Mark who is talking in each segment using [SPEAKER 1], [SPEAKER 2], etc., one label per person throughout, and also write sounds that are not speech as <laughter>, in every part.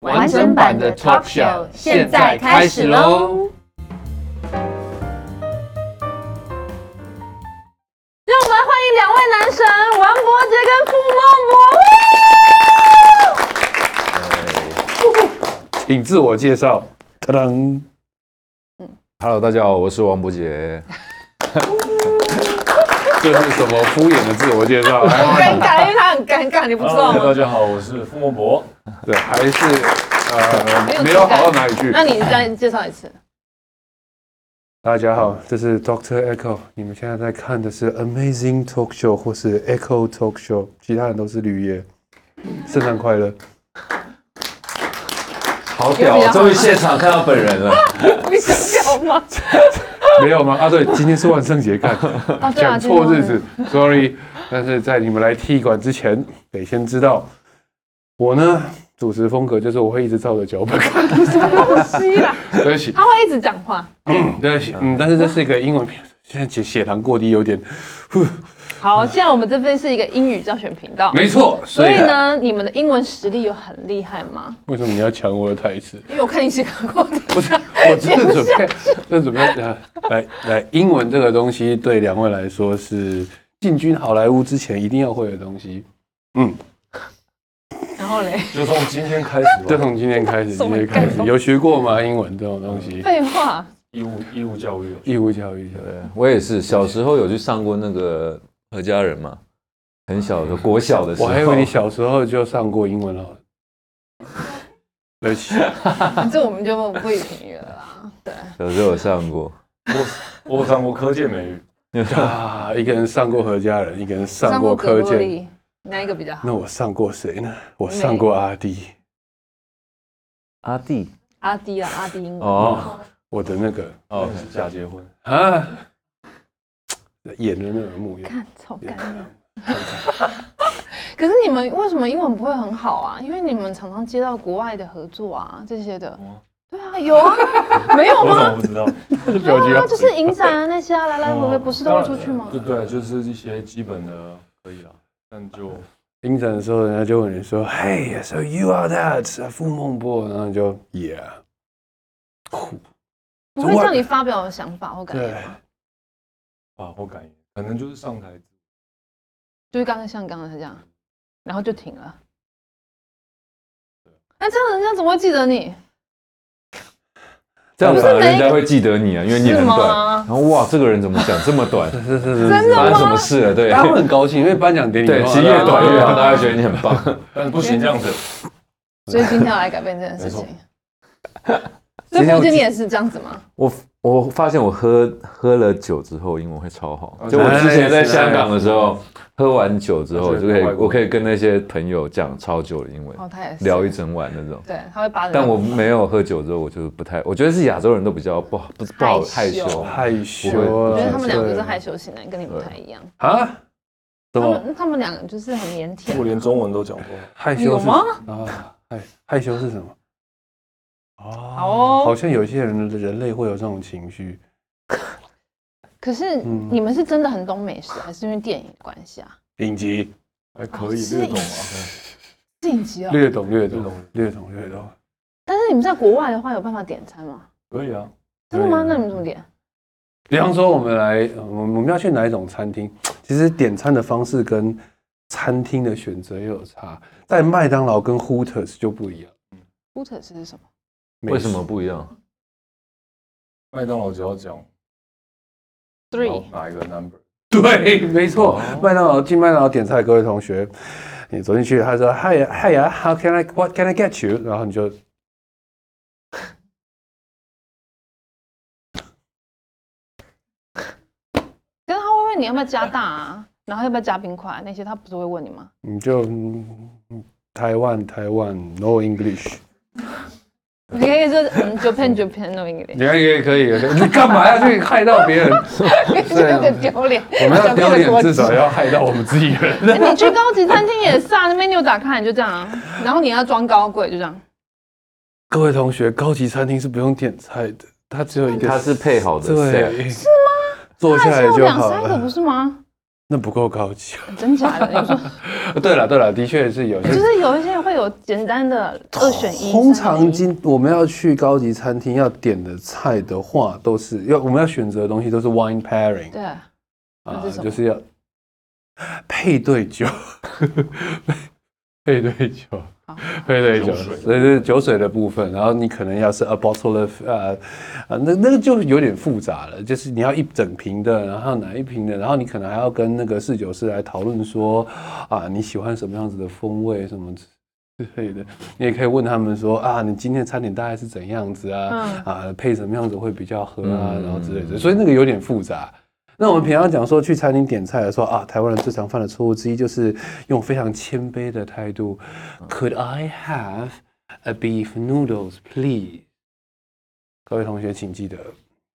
[SPEAKER 1] 完整版的 talk show 现在开始喽！
[SPEAKER 2] 让我们欢迎两位男神王伯杰跟傅梦
[SPEAKER 3] 请自我介绍。噔噔 Hello，大家好，我是王伯杰。 <laughs> 这是什么敷衍的自我介绍？
[SPEAKER 2] 博，
[SPEAKER 3] <laughs>
[SPEAKER 2] 尴尬，因为
[SPEAKER 3] 哦
[SPEAKER 2] 他很尴尬，你不知道
[SPEAKER 4] Hello，大
[SPEAKER 2] 吗？
[SPEAKER 4] 家好，我是傅莫博。
[SPEAKER 3] 对，还是
[SPEAKER 2] 没有
[SPEAKER 3] 呃没有好到哪里去。
[SPEAKER 2] 那你再介绍一次，
[SPEAKER 3] 大家好，这是 Doctor Echo，你们现在在看的是 Amazing Talk Show 或是 Echo Talk Show，其他人都是绿叶。圣诞快乐！
[SPEAKER 4] 好
[SPEAKER 3] 哎
[SPEAKER 4] 屌
[SPEAKER 2] 有比较好
[SPEAKER 4] 哦，
[SPEAKER 2] 吗
[SPEAKER 4] 终于现场看到本人了。
[SPEAKER 2] 你想笑吗？
[SPEAKER 3] 没有吗？啊，对，今天是万圣节，看
[SPEAKER 2] 哦，对啊，
[SPEAKER 3] <laughs> 讲错日子，sorry。但是在你们来踢馆之前，得先知道，我呢主持风格就是我会一直照着脚
[SPEAKER 2] <laughs>
[SPEAKER 3] 本看。
[SPEAKER 2] 哦西啦，
[SPEAKER 3] 对不起，
[SPEAKER 2] 他会一直讲
[SPEAKER 3] <laughs>
[SPEAKER 2] 话。
[SPEAKER 3] 对不
[SPEAKER 2] 啊
[SPEAKER 3] 起，嗯，但是这是一个英文片，现在血血糖过低有点，呼
[SPEAKER 2] 好，现在我们这边是一个英语教学频道，
[SPEAKER 3] 没错。
[SPEAKER 2] 所以，呢，你们的英文实力有很厉害吗？
[SPEAKER 3] 为什么你要抢我的台词？
[SPEAKER 2] 因为我看你写过的，
[SPEAKER 3] 不是，
[SPEAKER 2] <laughs>
[SPEAKER 3] 我真的准备，真的准备呃来来，英文这个东西对两位来说是进军好莱坞之前一定要会的东西。嗯，
[SPEAKER 2] 然后嘞，
[SPEAKER 4] 就从今天开始
[SPEAKER 3] 就
[SPEAKER 4] 吧，
[SPEAKER 3] 从今天开始，今天开始有学过吗？英文这种东西，
[SPEAKER 2] 废话，
[SPEAKER 4] 义务义务教育。
[SPEAKER 3] 义务教育。啊
[SPEAKER 5] 对，我也是，小时候有去上过那个何家人嘛，很小的时候，国小的时
[SPEAKER 3] 我
[SPEAKER 5] 候。
[SPEAKER 3] 还以为你小时候就上过英文
[SPEAKER 4] <laughs>
[SPEAKER 3] 了。对不起，
[SPEAKER 2] 这我们就不予评语了啦。对，
[SPEAKER 5] 小时候有上过，
[SPEAKER 4] 我有上过科建美语，
[SPEAKER 3] <laughs> 啊，一个人上过何家人，一个人上
[SPEAKER 2] 上
[SPEAKER 3] 过
[SPEAKER 2] 过
[SPEAKER 3] 柯
[SPEAKER 2] 格洛
[SPEAKER 3] 建。
[SPEAKER 2] 丽，哪一个比较 <laughs> 好？
[SPEAKER 3] 那我上过谁呢？我
[SPEAKER 2] 没
[SPEAKER 3] 上过阿弟，
[SPEAKER 5] 阿弟
[SPEAKER 2] 阿迪啦，阿迪英文。
[SPEAKER 5] 哦
[SPEAKER 3] 我的那个
[SPEAKER 5] 哦，
[SPEAKER 4] 是假结婚。
[SPEAKER 3] 啊，掩人耳目。
[SPEAKER 2] 看，超干的。 <laughs> 可是你们为什么英文不会很好啊？因为你们常常接到国外的合作啊，这些的。
[SPEAKER 5] 哦
[SPEAKER 2] 对啊，有
[SPEAKER 5] <laughs>
[SPEAKER 2] 啊，没有
[SPEAKER 4] 我怎么
[SPEAKER 2] 吗？
[SPEAKER 4] 不
[SPEAKER 2] <laughs>
[SPEAKER 4] 知道？
[SPEAKER 3] 表情
[SPEAKER 2] 对
[SPEAKER 1] <laughs>
[SPEAKER 2] 啊，
[SPEAKER 3] 要
[SPEAKER 2] 就是影展啊那些啊，来
[SPEAKER 5] 哦
[SPEAKER 2] 来回回不是都会出去吗
[SPEAKER 4] 对？对，就是一些基本的可以啦，啊
[SPEAKER 3] <laughs>
[SPEAKER 4] 但就
[SPEAKER 3] 影展的时候，人家就问你说：“Hey，so
[SPEAKER 4] 哎
[SPEAKER 3] you are that 傅孟波？”然后你就 Yeah，
[SPEAKER 2] 不会叫你发表想法或感
[SPEAKER 3] 对
[SPEAKER 2] 言，吗？
[SPEAKER 4] 啊，我感应，可能就是上台
[SPEAKER 2] 就是刚刚像刚刚才这样，然后就停了。那这样人家怎么会记得你？
[SPEAKER 5] 这样反
[SPEAKER 2] 不
[SPEAKER 5] 而
[SPEAKER 2] 是每一
[SPEAKER 5] 人
[SPEAKER 2] 个
[SPEAKER 5] 家会记得你啊，因为你很
[SPEAKER 2] 是
[SPEAKER 5] 短。
[SPEAKER 2] 吗
[SPEAKER 5] 然后哇，这个人怎么讲这么
[SPEAKER 2] <laughs>
[SPEAKER 5] 短？
[SPEAKER 3] 是是是
[SPEAKER 2] 真
[SPEAKER 3] 是，
[SPEAKER 2] 的
[SPEAKER 5] 发生什
[SPEAKER 2] 吗
[SPEAKER 5] 么？事了？对
[SPEAKER 3] 他们很高兴，因为颁奖典礼
[SPEAKER 1] 哦
[SPEAKER 5] 对，
[SPEAKER 3] 嘛
[SPEAKER 5] 其实越
[SPEAKER 3] 然后
[SPEAKER 5] 短越好，大家觉得你很棒。
[SPEAKER 4] 但不行这样子。
[SPEAKER 2] <laughs> 所以今天要来改变这件事情。所以
[SPEAKER 3] 今天
[SPEAKER 2] 福
[SPEAKER 3] 我
[SPEAKER 2] 建你也 <laughs> 是这样子吗？
[SPEAKER 5] <laughs> 我我发现我喝喝了酒之后，英文会超好。
[SPEAKER 3] 哦
[SPEAKER 5] 就我之前在香港的时
[SPEAKER 3] 真
[SPEAKER 5] 候，喝完酒之后
[SPEAKER 3] 啊
[SPEAKER 5] 就可以
[SPEAKER 3] 这个外，国
[SPEAKER 5] 我可以跟那些朋友讲超久的英文，
[SPEAKER 2] 哦，他也是。
[SPEAKER 5] 聊一整晚那种。
[SPEAKER 2] 对，他会把人。
[SPEAKER 5] 但我没有喝酒之后，我就不太，我觉得是亚洲人都比较不好，不不好
[SPEAKER 2] 害
[SPEAKER 5] 害
[SPEAKER 2] 羞
[SPEAKER 5] 羞。
[SPEAKER 3] 害羞
[SPEAKER 5] 我
[SPEAKER 2] 我
[SPEAKER 3] 啊，
[SPEAKER 2] 觉得他们两个
[SPEAKER 3] 对
[SPEAKER 2] 是害羞型的，跟你不太一样。
[SPEAKER 3] 啊？
[SPEAKER 2] 他
[SPEAKER 3] 怎么
[SPEAKER 2] 们他们两个就是很腼腆。
[SPEAKER 4] 我连中文都
[SPEAKER 3] <laughs>
[SPEAKER 4] 讲不好，
[SPEAKER 3] 害羞
[SPEAKER 2] 有
[SPEAKER 3] 是
[SPEAKER 2] 吗？
[SPEAKER 3] 啊，害害羞是什么？哦，
[SPEAKER 2] 哦
[SPEAKER 3] 好像有些人的人类会有这种情绪。
[SPEAKER 2] 可是
[SPEAKER 3] 嗯
[SPEAKER 2] 你们是真的很懂美食，还是因为电影的关系啊？
[SPEAKER 3] 顶级，
[SPEAKER 4] 还可以
[SPEAKER 2] 哦是
[SPEAKER 4] 略懂啊。
[SPEAKER 2] 晋级哦。
[SPEAKER 3] 略懂略
[SPEAKER 4] <laughs> 略
[SPEAKER 3] 懂
[SPEAKER 4] 懂
[SPEAKER 3] 略懂略懂。
[SPEAKER 2] 但是你们在国外的话，有办法点餐吗？
[SPEAKER 4] 可以啊，
[SPEAKER 2] 真的吗？
[SPEAKER 3] 对
[SPEAKER 2] 那你们怎么点？
[SPEAKER 3] 比方说，我们来，呃我们我们要去哪一种餐厅？其实点餐的方式跟餐厅的选择也有差，在麦当劳跟 Hooters 就不一样。
[SPEAKER 2] 乌特斯是什么？
[SPEAKER 5] 为什么不一样？
[SPEAKER 4] 麦当劳只要讲
[SPEAKER 2] Three
[SPEAKER 4] 哪一个 number，
[SPEAKER 3] <laughs> 对，没
[SPEAKER 5] 哦
[SPEAKER 3] 错，麦当劳进麦当劳点菜，各位同学，你走进去，他说 Hi 呀 Hi 呀，How can I What can I get you？然后你就
[SPEAKER 2] 可是他会问你要不要加大啊，然后要不要加冰块啊那些，他不是会问你吗？
[SPEAKER 3] 嗯你就嗯台湾台湾 No English，
[SPEAKER 2] 你可
[SPEAKER 3] <laughs>
[SPEAKER 2] 以说嗯 Japan Japan no English，
[SPEAKER 3] 你看也可以，你干嘛要去害到
[SPEAKER 2] <laughs>
[SPEAKER 3] 别人？
[SPEAKER 2] 这个丢脸。
[SPEAKER 3] 啊我们要
[SPEAKER 2] 讲这
[SPEAKER 3] 丢
[SPEAKER 2] 个
[SPEAKER 3] 脸，
[SPEAKER 2] 多
[SPEAKER 3] 至少要害到我们自己
[SPEAKER 4] <laughs>
[SPEAKER 3] 人。
[SPEAKER 2] 哎你去高级餐厅也是啊，那 menu 打开你就这样啊，然后你要装高贵就这样。
[SPEAKER 3] 各位同学，高级餐厅是不用点菜的，它只有一个，
[SPEAKER 5] 它是配好的 set，
[SPEAKER 3] 对，是吗？坐下
[SPEAKER 2] 还是
[SPEAKER 3] 来
[SPEAKER 2] 有
[SPEAKER 3] 就
[SPEAKER 2] 两
[SPEAKER 3] 好
[SPEAKER 2] 三个不
[SPEAKER 3] 了，
[SPEAKER 2] 是吗？
[SPEAKER 3] 那不够高级。
[SPEAKER 2] 真假的？
[SPEAKER 3] <laughs>
[SPEAKER 2] 你说
[SPEAKER 3] 对了对了，的确是有些
[SPEAKER 2] 就是有一些会有简单的二选一。
[SPEAKER 3] 哦
[SPEAKER 2] 三选
[SPEAKER 3] 通常
[SPEAKER 2] 一
[SPEAKER 3] 今我们要去高级餐厅要点的菜的话，都是要我们要选择的东西都是 wine pairing
[SPEAKER 2] 对，
[SPEAKER 3] 啊
[SPEAKER 2] 那是什，么
[SPEAKER 3] 就是要配对酒， <laughs> 配对酒
[SPEAKER 2] 好。
[SPEAKER 3] 配对酒
[SPEAKER 4] 酒水，
[SPEAKER 3] 所以这是酒水的部分。然后你可能要是 a bottle of 呃啊，那那个就有点复杂了，就是你要一整瓶的，然后哪一瓶的，然后你可能还要跟那个侍酒师来讨论说啊，你喜欢什么样子的风味什么之之类的。你也可以问他们说啊，你今天的餐点大概是怎样子啊？啊，配什么样子会比较合啊？然后之类的，所以那个有点复杂。那我们平常讲说去餐厅点菜的时候啊，台湾人最常犯的错误之一就是用非常谦卑的态度，Could I have a beef noodles, please？各位同学请记得，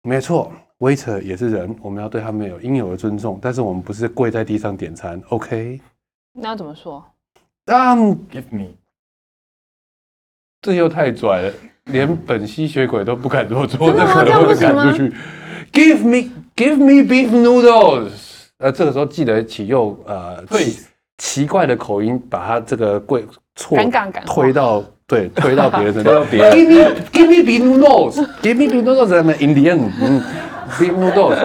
[SPEAKER 3] 没错，waiter 也是人，我们要对他们有应有的尊重，但是我们不是跪在地上点餐，OK？
[SPEAKER 2] 那要怎么说？
[SPEAKER 3] 当
[SPEAKER 4] Give <laughs> me，
[SPEAKER 3] 这又太拽了，连本吸血鬼都不敢多做，
[SPEAKER 2] 真的
[SPEAKER 3] 这
[SPEAKER 2] 吗
[SPEAKER 3] 可
[SPEAKER 2] 这样
[SPEAKER 3] 能
[SPEAKER 2] 不
[SPEAKER 3] 会
[SPEAKER 2] 行
[SPEAKER 3] 赶
[SPEAKER 2] 吗
[SPEAKER 3] 出去。Give me, give me beef noodles。呃，这个时候记得起用呃奇奇怪的口音，把它这个跪错
[SPEAKER 2] 尴尬感
[SPEAKER 3] 推到对
[SPEAKER 2] <laughs>
[SPEAKER 3] 推到别人身
[SPEAKER 5] 推到
[SPEAKER 3] 上。
[SPEAKER 5] 别人
[SPEAKER 3] Give me, give me beef noodles, give me beef noodles. I'm an Indian. 嗯 Beef noodles，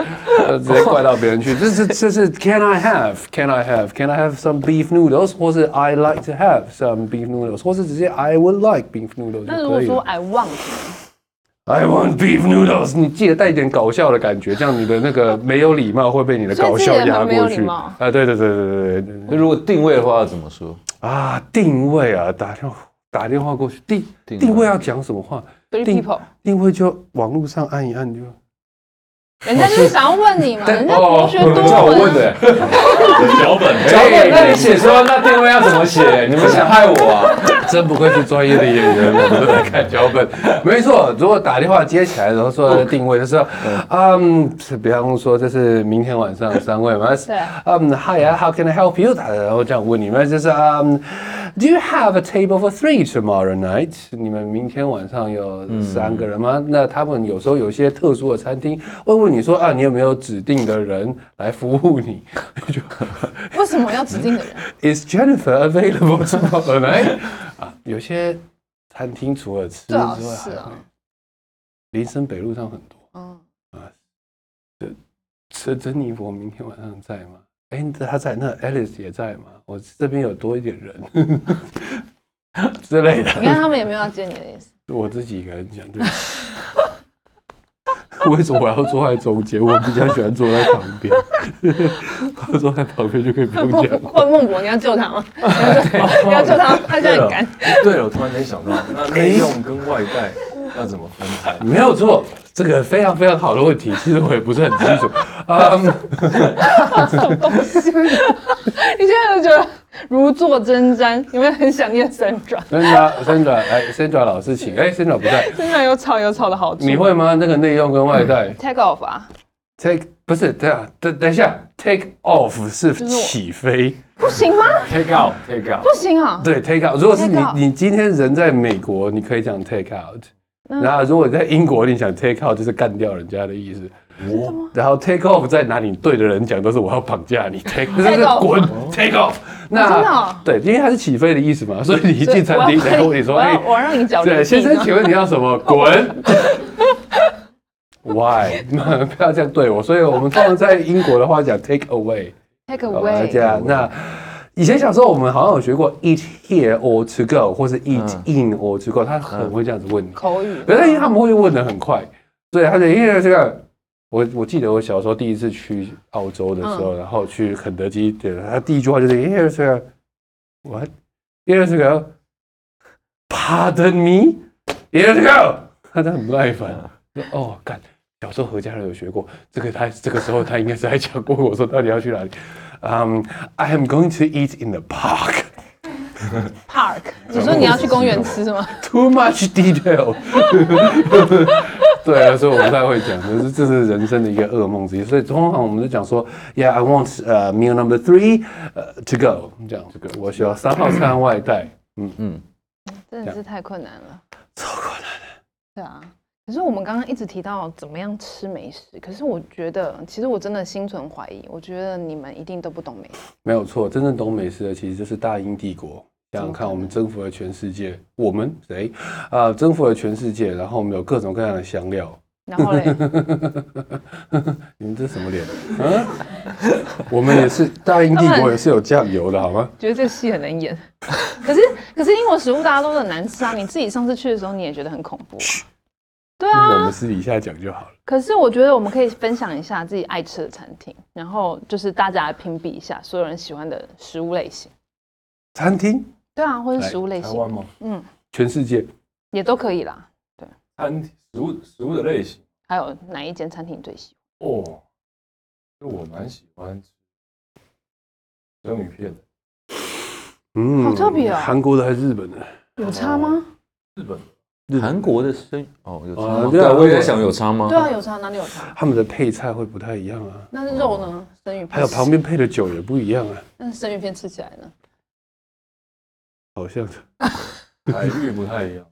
[SPEAKER 3] 呃，直接怪到别人去。这是这是 Can I have? Can I have? Can I have some beef noodles? 或是 I like to have some beef noodles，或是直接 I would like beef noodles
[SPEAKER 2] 那如
[SPEAKER 3] 就
[SPEAKER 2] 果
[SPEAKER 3] 可以
[SPEAKER 2] 说
[SPEAKER 3] 了。
[SPEAKER 2] I want，
[SPEAKER 3] I want beef noodles，你记得带一点搞笑的感觉，这样你的
[SPEAKER 2] <laughs>
[SPEAKER 3] 那个没有礼貌会被你的搞
[SPEAKER 2] 所
[SPEAKER 3] 笑压
[SPEAKER 2] 以自己人很没有
[SPEAKER 3] 过
[SPEAKER 2] 礼
[SPEAKER 3] 去。
[SPEAKER 2] 貌
[SPEAKER 3] 啊，对对对对对对
[SPEAKER 5] 那如果定位的话要怎么说？
[SPEAKER 3] 啊，定位啊，打电话打电话过去，定
[SPEAKER 5] 定位
[SPEAKER 3] 定位要讲什么话？
[SPEAKER 2] three
[SPEAKER 3] 定哦
[SPEAKER 2] people，
[SPEAKER 3] 定位就网络上按一按就。
[SPEAKER 2] 人家就是想要问你嘛，
[SPEAKER 3] 但
[SPEAKER 2] 人家博学
[SPEAKER 3] 哦
[SPEAKER 2] 多闻啊。
[SPEAKER 5] 我问的，
[SPEAKER 4] 脚
[SPEAKER 2] <laughs>
[SPEAKER 4] 本
[SPEAKER 5] 脚本那你写说那定位要怎么写？你们想害我啊？
[SPEAKER 3] <laughs> 真不愧是专业的演员，我们都在看脚本。哦没错，如果打电话接起来，然后说定位，就是，嗯，是比方说这是明天晚上三位嘛，
[SPEAKER 2] 对
[SPEAKER 3] 嗯，Hi，how can I help you？打然后这样问你们，就是嗯，Do you have a table for three tomorrow night？你们明天晚上有三个人吗？那他们有时候有一些特殊的餐厅会问你说啊，你有没有指定的人来服务你？ <laughs> 就
[SPEAKER 2] 为什么要指定的
[SPEAKER 3] <laughs>
[SPEAKER 2] 人？
[SPEAKER 3] Is Jennifer available tomorrow night？啊，有些餐厅除了吃之
[SPEAKER 2] 最好
[SPEAKER 3] 外，
[SPEAKER 2] 是啊，
[SPEAKER 3] 林森北路上很多。
[SPEAKER 2] 嗯，
[SPEAKER 3] 这珍妮佛明天晚上在吗？哎，她在，那 Alice 也在吗？我这边有多一点人 <laughs> 之类的。
[SPEAKER 2] 你看他们也没有要接你的意思。
[SPEAKER 3] 我自己一个人讲，对不起。 <laughs> 为什么我要坐在中间？我比较喜欢坐在旁边， <laughs> 我坐在旁边就可以不用哦
[SPEAKER 2] 孟
[SPEAKER 3] 讲。
[SPEAKER 2] 孟孟博，你要救他吗？你要救你要救他吗，他现在很
[SPEAKER 3] 啊
[SPEAKER 2] 干。
[SPEAKER 4] 啊对了，我突然间想到，那内用跟外带要怎么分
[SPEAKER 3] <laughs>
[SPEAKER 4] 开？
[SPEAKER 3] 没有错，这个非常非常好的问 <laughs> 题，其实我也不是很清楚。嗯，
[SPEAKER 2] 你现在就觉得如坐针毡，有没有很想念森转？
[SPEAKER 3] 森爪，森爪，哎，森爪老师请，哎，森爪不在，
[SPEAKER 2] 森转有吵有吵的好处。
[SPEAKER 3] 你会吗？那个内用跟外带
[SPEAKER 2] take off 啊？
[SPEAKER 3] ，take 不是等下等等一下，take off 是
[SPEAKER 2] 是我
[SPEAKER 3] 起飞，
[SPEAKER 2] 不行吗？
[SPEAKER 4] Take out, take out。
[SPEAKER 2] 不行啊。
[SPEAKER 3] 对，take out。如果是你
[SPEAKER 2] take out
[SPEAKER 3] 你今天人在美国，你可以讲 take out。然后
[SPEAKER 2] 嗯
[SPEAKER 3] 如果你在英国，你想 take out 就是干掉人家的意思。然后 take off 在哪里？对的人讲都是我要绑架
[SPEAKER 2] <laughs>
[SPEAKER 3] 你，take 就是
[SPEAKER 2] off
[SPEAKER 3] 滚 take off。那
[SPEAKER 2] 真的哦
[SPEAKER 3] 对，因为它是起飞的意思嘛，所以你一
[SPEAKER 2] 所以
[SPEAKER 3] 进餐厅，
[SPEAKER 2] 我要
[SPEAKER 3] 然后你说
[SPEAKER 2] 我
[SPEAKER 3] 哎
[SPEAKER 2] 要，我要让你脚离
[SPEAKER 3] 对，
[SPEAKER 2] 地
[SPEAKER 3] 先生，
[SPEAKER 2] 呢
[SPEAKER 3] 请问你要
[SPEAKER 2] <laughs>
[SPEAKER 3] 什么？滚！Why？不 <laughs> 要这样对我。所以我们通常在英国的话讲 take away，
[SPEAKER 2] take
[SPEAKER 3] 好吧
[SPEAKER 2] away
[SPEAKER 3] 啊这样。那以前小时候我们好像有学过 eat here or to go，或是 eat in or to go，他很会这样子问你。
[SPEAKER 2] 口语，
[SPEAKER 3] 可是因为他们会问的很快，所以他就因为这个。我我记得我小时候第一次去澳洲的时候，然后去肯德基点了，他第一句话就是 Here's a what? Here's a pardon me? Here's a 他真的很不耐烦。说哦，干，小时候何家人有学过这个他，这个时候他应该是还讲过我说到底要去哪里。嗯、i am going to eat in the park。
[SPEAKER 2] park，你说你要去公园吃是吗？
[SPEAKER 3] Too much detail。对啊，所以我不太会讲，可是这是人生的一个噩梦之一。所以通常我们就讲说，Yeah, I want 呃、meal number three，呃、to go 这样。这个我需要三号餐外带。嗯嗯，
[SPEAKER 2] 真的是太困难了，超困难的。对啊，可是我们刚刚一直提到怎么样吃美食，可是我觉得，其实我真的心存怀疑，我觉得你们一定都不懂美食。
[SPEAKER 3] 没有错，真正懂美食的其实就是大英帝国。想想看，我们征服了全世界，我们谁啊、征服了全世界，然后我们有各种各样的香料。
[SPEAKER 2] 然后嘞，
[SPEAKER 3] 你们这什么脸？嗯，我们也是大英帝国，也是有酱油的好吗？
[SPEAKER 2] 觉得这戏很能演， <laughs> 可是可是英国食物大家都很难吃啊。你自己上次去的时候，你也觉得很恐怖啊。对啊，
[SPEAKER 3] 我们私底下讲就好了。
[SPEAKER 2] 可是我觉得我们可以分享一下自己爱吃的餐厅，然后就是大家来评比一下所有人喜欢的食物类型。
[SPEAKER 3] 餐厅，
[SPEAKER 2] 对啊，或是
[SPEAKER 3] 来
[SPEAKER 2] 食物类
[SPEAKER 4] 台
[SPEAKER 2] 型，
[SPEAKER 4] 湾吗？
[SPEAKER 2] 嗯，
[SPEAKER 3] 全世界
[SPEAKER 2] 也都可以啦。
[SPEAKER 4] 餐厅食物食物的类型
[SPEAKER 2] 还有哪一间餐厅你最喜
[SPEAKER 4] 哦，就我蛮喜欢吃生鱼片的，
[SPEAKER 3] 嗯
[SPEAKER 2] 好特别哦
[SPEAKER 3] 韩国的还是日本的？
[SPEAKER 2] 欢？有差吗？
[SPEAKER 4] 哦日本的
[SPEAKER 3] 日本
[SPEAKER 5] <laughs> 韩国的生哦有差
[SPEAKER 3] 啊
[SPEAKER 5] 吗？
[SPEAKER 3] 对
[SPEAKER 5] 对
[SPEAKER 3] 啊
[SPEAKER 5] 啊，我也
[SPEAKER 3] 我
[SPEAKER 5] 在想有差吗？
[SPEAKER 2] 对啊，有差，哪里有差？
[SPEAKER 3] 他们的配菜会不太一样啊，
[SPEAKER 2] 那是肉呢？生鱼片
[SPEAKER 3] 还有旁边配的酒也不一样啊，
[SPEAKER 2] 那生鱼片吃起来呢？
[SPEAKER 3] 好像是。
[SPEAKER 4] 海域不太
[SPEAKER 5] <laughs>
[SPEAKER 4] 一样。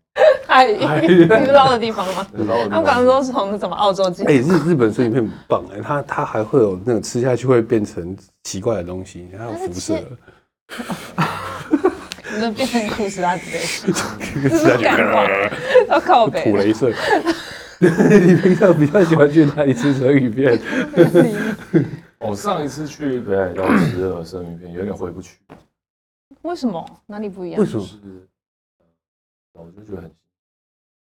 [SPEAKER 2] 哎，你知道的地方
[SPEAKER 3] <laughs>
[SPEAKER 2] 吗？
[SPEAKER 4] 然后
[SPEAKER 2] 他们刚刚说从什么澳洲进
[SPEAKER 3] 哎、，日日本生鱼片很棒哎、它它还会有那个吃下去会变成奇怪的东西，它有辐射，
[SPEAKER 2] 你就变成苦食啊之类的，
[SPEAKER 3] 吃下去咯
[SPEAKER 2] 要靠北
[SPEAKER 3] 吐镭射。 <laughs> 你平常比较喜欢去哪里吃生鱼片？
[SPEAKER 4] 我哦上一次去北海道吃了生鱼片，有点回不去，
[SPEAKER 2] 为什么？哪里不一样
[SPEAKER 3] 为？什
[SPEAKER 4] 就
[SPEAKER 3] 么？
[SPEAKER 4] 是呃我就觉得很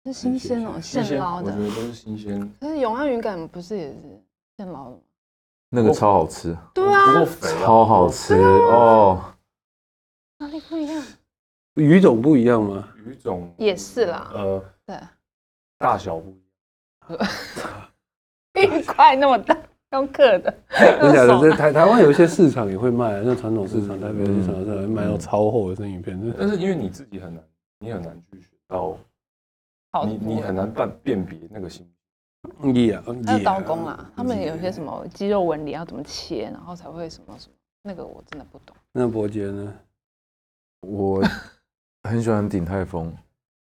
[SPEAKER 2] 是新鲜哦，
[SPEAKER 4] 新
[SPEAKER 2] 现
[SPEAKER 4] 鲜，
[SPEAKER 2] 捞
[SPEAKER 4] 我
[SPEAKER 2] 的
[SPEAKER 4] 觉。得都是新鲜，
[SPEAKER 2] 可是永安渔港不是也是现捞的吗？
[SPEAKER 5] 那个超好吃，
[SPEAKER 2] 对
[SPEAKER 4] 不
[SPEAKER 2] 啊
[SPEAKER 4] 够，肥啊，
[SPEAKER 5] 超好吃哦！
[SPEAKER 2] 哪里不一样？
[SPEAKER 3] 鱼种不一样吗？
[SPEAKER 4] 鱼种
[SPEAKER 2] 也是啦
[SPEAKER 4] 呃，
[SPEAKER 2] 对，
[SPEAKER 4] 大小不一
[SPEAKER 2] 一块那么大，用刻的，
[SPEAKER 3] 真假的，
[SPEAKER 2] 手嗯
[SPEAKER 3] 在台台湾有一些市场也会卖，那传统市场、台北的市场上会卖到超厚的生鱼片，
[SPEAKER 4] 样，但是因为你自己很难，你很难去学到，
[SPEAKER 2] 好
[SPEAKER 4] 你你很难辨辨别那个新
[SPEAKER 3] 嗯也
[SPEAKER 2] 还有刀工啦，他们有些什么肌肉纹理要怎么切，然后才会什么什么，那个我真的不懂。
[SPEAKER 3] 那伯爵呢？
[SPEAKER 5] 我很喜欢鼎泰丰，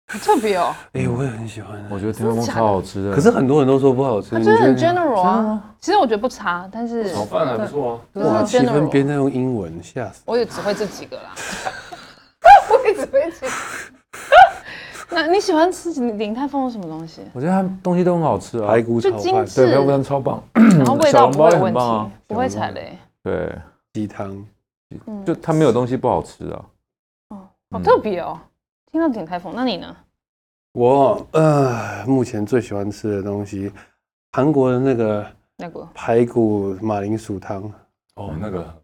[SPEAKER 2] 好特别哦，
[SPEAKER 3] 哎、我也很喜欢啊、
[SPEAKER 5] 我觉得鼎泰丰超好吃的。
[SPEAKER 3] 可是很多人都说不好吃，
[SPEAKER 2] 它
[SPEAKER 3] 你
[SPEAKER 2] 就是很
[SPEAKER 3] 觉得呢
[SPEAKER 2] general 啊。其实我觉得不差，但是
[SPEAKER 4] 炒饭还不错啊，
[SPEAKER 2] 就
[SPEAKER 3] 哇，
[SPEAKER 2] 是
[SPEAKER 3] 气氛变
[SPEAKER 2] general。
[SPEAKER 3] 在用英文，吓死！
[SPEAKER 2] 我也只会这几
[SPEAKER 5] <laughs>
[SPEAKER 2] 个啦，我也只会这几个。 <laughs> 那你喜欢吃鼎泰丰的什么东西？
[SPEAKER 5] 我觉得它东西都很好吃啊，
[SPEAKER 3] 排骨
[SPEAKER 2] 就
[SPEAKER 3] 炒
[SPEAKER 2] 精
[SPEAKER 3] 饭、
[SPEAKER 2] 致
[SPEAKER 5] 对，排骨汤超棒，
[SPEAKER 2] 然后味道不会有问
[SPEAKER 5] 嗯小笼包也很棒
[SPEAKER 2] 题
[SPEAKER 5] 啊，
[SPEAKER 2] 不会踩雷，
[SPEAKER 5] 对，
[SPEAKER 3] 鸡汤，
[SPEAKER 2] 嗯，
[SPEAKER 5] 就嗯它没有东西不好吃啊。
[SPEAKER 2] 好特别哦。听到鼎泰丰，那你呢？
[SPEAKER 3] 我呃，目前最喜欢吃的东西，韩国的那个
[SPEAKER 2] 那个
[SPEAKER 3] 排骨马铃薯汤，
[SPEAKER 4] 哦，那个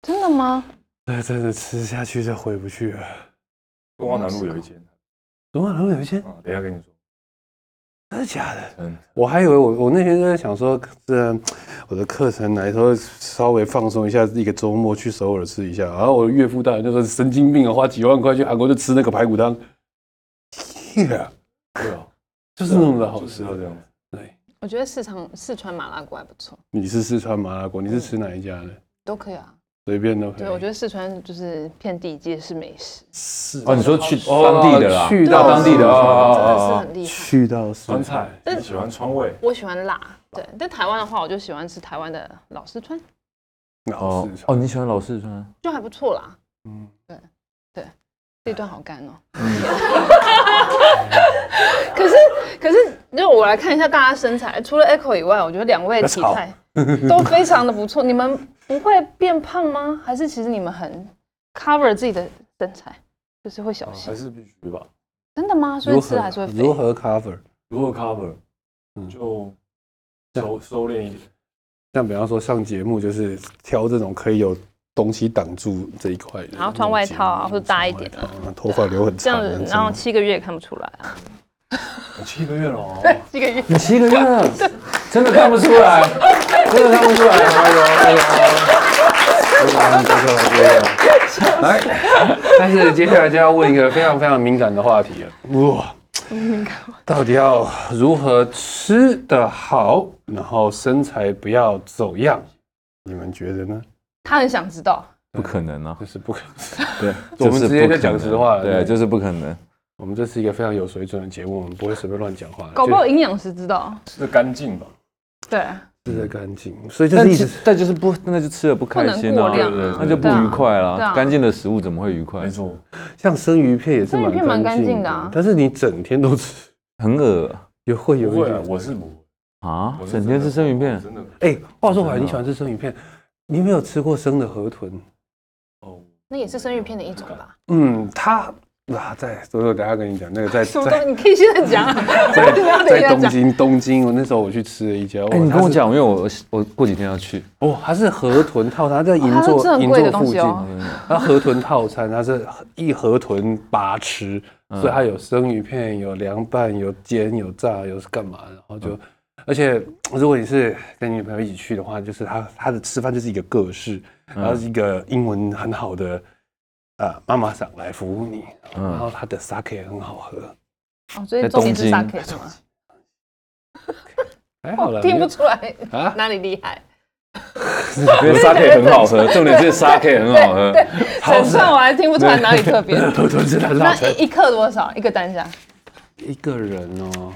[SPEAKER 2] 真的吗？
[SPEAKER 3] 那真的吃下去就回不去了。
[SPEAKER 4] 中华南路有一间，
[SPEAKER 3] 中华南路有一间，
[SPEAKER 4] 啊，等一下跟你说，
[SPEAKER 3] 真的假的？
[SPEAKER 4] 嗯，
[SPEAKER 3] 我还以为我我那天就在想说，这我的课程来说稍微放松一下，一个周末去首尔吃一下。然后我的岳父大人就说神经病啊，花几万块去韩国就吃那个排骨汤，yeah，
[SPEAKER 4] 对啊，
[SPEAKER 3] 就是那么的好吃啊
[SPEAKER 4] 就。是要这样子。
[SPEAKER 3] 对，
[SPEAKER 2] 我觉得四川四川麻辣锅还不错，
[SPEAKER 3] 你是四川麻辣锅，你是吃哪一家的？
[SPEAKER 2] 都可以啊。
[SPEAKER 3] 随便都可以。
[SPEAKER 2] 对，我觉得四川就是遍地皆是美食，
[SPEAKER 3] 是
[SPEAKER 5] 哦，你说去当地的啦，
[SPEAKER 3] 去
[SPEAKER 2] 对啊
[SPEAKER 3] 到
[SPEAKER 5] 当地
[SPEAKER 2] 真的
[SPEAKER 3] 啊
[SPEAKER 5] 的
[SPEAKER 2] 是
[SPEAKER 5] 哦哦哦
[SPEAKER 2] 很厉害。
[SPEAKER 3] 去到四
[SPEAKER 4] 川菜，你喜欢川味，
[SPEAKER 2] 我喜欢辣，对，但台湾的话，我就喜欢吃台湾的老四川，
[SPEAKER 3] 老
[SPEAKER 5] 哦
[SPEAKER 3] 四，川
[SPEAKER 5] 哦，你喜欢老四川？
[SPEAKER 2] 就还不错啦。
[SPEAKER 3] 嗯，哎
[SPEAKER 2] 这段好干哦。
[SPEAKER 3] 嗯
[SPEAKER 2] <laughs> 可是可是，就我来看一下大家身材，除了 Echo 以外，我觉得两位体
[SPEAKER 3] <laughs>
[SPEAKER 2] 态都非常的不错。你们不会变胖吗？还是其实你们很 cover 自己的身材，就是会小
[SPEAKER 4] 还
[SPEAKER 2] 心？
[SPEAKER 4] 是必须吧？
[SPEAKER 2] 真的吗？所以
[SPEAKER 3] 哦如
[SPEAKER 2] 吃
[SPEAKER 3] 何
[SPEAKER 2] 还是会肥
[SPEAKER 3] 如？何 cover？
[SPEAKER 4] 如果 cover，
[SPEAKER 3] 嗯
[SPEAKER 4] 就收收敛一点。
[SPEAKER 3] 像比方说上节目，就是挑这种可以有东西挡住这一块的，
[SPEAKER 2] 然后穿外套啊
[SPEAKER 3] 那种
[SPEAKER 2] 或者大一点啊
[SPEAKER 3] 穿外套啊，头发留很
[SPEAKER 2] 这样
[SPEAKER 3] 长，
[SPEAKER 2] 子，
[SPEAKER 3] 什
[SPEAKER 2] 然
[SPEAKER 3] 么
[SPEAKER 2] 后七个月也看不出来啊。
[SPEAKER 4] 我七个月了哦，
[SPEAKER 2] 七个月
[SPEAKER 5] 你七个月了，真的看不出来，
[SPEAKER 4] <laughs>
[SPEAKER 5] 真的看不出来。哎哎呦哎
[SPEAKER 2] <laughs>
[SPEAKER 5] 呦，
[SPEAKER 3] 来，但是接下来就要问一个非常非常敏感的话题了，哇，到底要如何吃得好，然后身材不要走样？你们觉得呢？
[SPEAKER 2] 他很想知道，
[SPEAKER 5] 不可能啊
[SPEAKER 3] 就！是不可，
[SPEAKER 5] 对，
[SPEAKER 3] 我们
[SPEAKER 5] 就是
[SPEAKER 3] 直接
[SPEAKER 5] 不可
[SPEAKER 3] 就讲
[SPEAKER 5] 能啊
[SPEAKER 3] 实话了对
[SPEAKER 5] 对，就是不可能。
[SPEAKER 3] 我们这是一个非常有水准的节目，我们不会随便乱讲话，
[SPEAKER 2] 搞不好营养师知道。
[SPEAKER 4] 吃的干净吧。
[SPEAKER 2] 对，
[SPEAKER 3] 吃得干净，所以就
[SPEAKER 5] 但
[SPEAKER 3] 是一直
[SPEAKER 5] 是但就是不，那就吃的不开心啊，
[SPEAKER 2] 不能过量啊
[SPEAKER 5] 对对对那就不愉快
[SPEAKER 2] 对
[SPEAKER 5] 了
[SPEAKER 2] 啊。
[SPEAKER 5] 干净的食物怎么会愉快
[SPEAKER 4] 没？错，
[SPEAKER 3] 像生鱼片也是
[SPEAKER 2] 生鱼片
[SPEAKER 3] 蛮
[SPEAKER 2] 蛮
[SPEAKER 3] 干
[SPEAKER 2] 干
[SPEAKER 3] 净
[SPEAKER 2] 净
[SPEAKER 3] 的
[SPEAKER 2] 的啊
[SPEAKER 3] 但是你整天都吃，
[SPEAKER 5] 很恶
[SPEAKER 3] 也会有
[SPEAKER 4] 不
[SPEAKER 3] 一
[SPEAKER 4] 会啊，
[SPEAKER 3] 点。
[SPEAKER 4] 我是不会，
[SPEAKER 5] 啊
[SPEAKER 4] 我！是
[SPEAKER 5] 整天吃生鱼片，
[SPEAKER 4] 真的
[SPEAKER 3] 哎，话说回来，
[SPEAKER 5] 真的啊
[SPEAKER 3] 你喜欢吃生鱼片，你有没有吃过生的河豚？
[SPEAKER 4] 哦，
[SPEAKER 2] 那也是生鱼片的一种吧？
[SPEAKER 3] 嗯，它啊，在，所以我等一下跟你讲那个在
[SPEAKER 2] 什么东
[SPEAKER 3] 在
[SPEAKER 2] 西？你可以现在讲啊，
[SPEAKER 3] 在
[SPEAKER 2] 不要等一
[SPEAKER 3] 在
[SPEAKER 2] 下
[SPEAKER 3] 东
[SPEAKER 2] 讲。
[SPEAKER 3] 京，东京，我那时候我去吃了一家，哇
[SPEAKER 5] 哎，你
[SPEAKER 3] 它
[SPEAKER 5] 跟我
[SPEAKER 3] 是
[SPEAKER 5] 讲，因为我我过几天要去，
[SPEAKER 3] 哦，它是河豚套餐，它在银
[SPEAKER 2] 哦它是
[SPEAKER 3] 座
[SPEAKER 2] 很
[SPEAKER 3] 银
[SPEAKER 2] 贵的
[SPEAKER 3] 座
[SPEAKER 2] 东
[SPEAKER 3] 附
[SPEAKER 2] 西
[SPEAKER 3] 近嗯
[SPEAKER 2] 哦，
[SPEAKER 3] 它河豚套餐它是一河豚八吃，所以它有生鱼片、有凉拌、有煎、有炸、有干嘛，然后就，而且如果你是跟你女朋友一起去的话，就是它它的吃饭就是一个格式，然后是一个英文很好的呃妈妈桑来服务你，
[SPEAKER 5] 嗯
[SPEAKER 3] 然后它的 sake 也很好喝，
[SPEAKER 2] 哦，所以
[SPEAKER 5] 在
[SPEAKER 2] 重点
[SPEAKER 5] 东
[SPEAKER 2] 是
[SPEAKER 5] 京
[SPEAKER 2] sake 是吗？
[SPEAKER 3] 哎还好了，
[SPEAKER 2] 哦听
[SPEAKER 3] 没
[SPEAKER 2] 不
[SPEAKER 3] 有
[SPEAKER 2] 出来
[SPEAKER 3] 啊
[SPEAKER 2] 哪里厉害。
[SPEAKER 5] 因为沙 K 很好喝，重点是沙 K 很好喝。
[SPEAKER 2] 整串我还听不出来哪里特别。
[SPEAKER 3] 河豚真的很 <laughs>
[SPEAKER 2] <laughs>
[SPEAKER 3] 好
[SPEAKER 2] 那
[SPEAKER 3] 吃，
[SPEAKER 2] 一一克多少？一个单价？
[SPEAKER 3] 一个人哦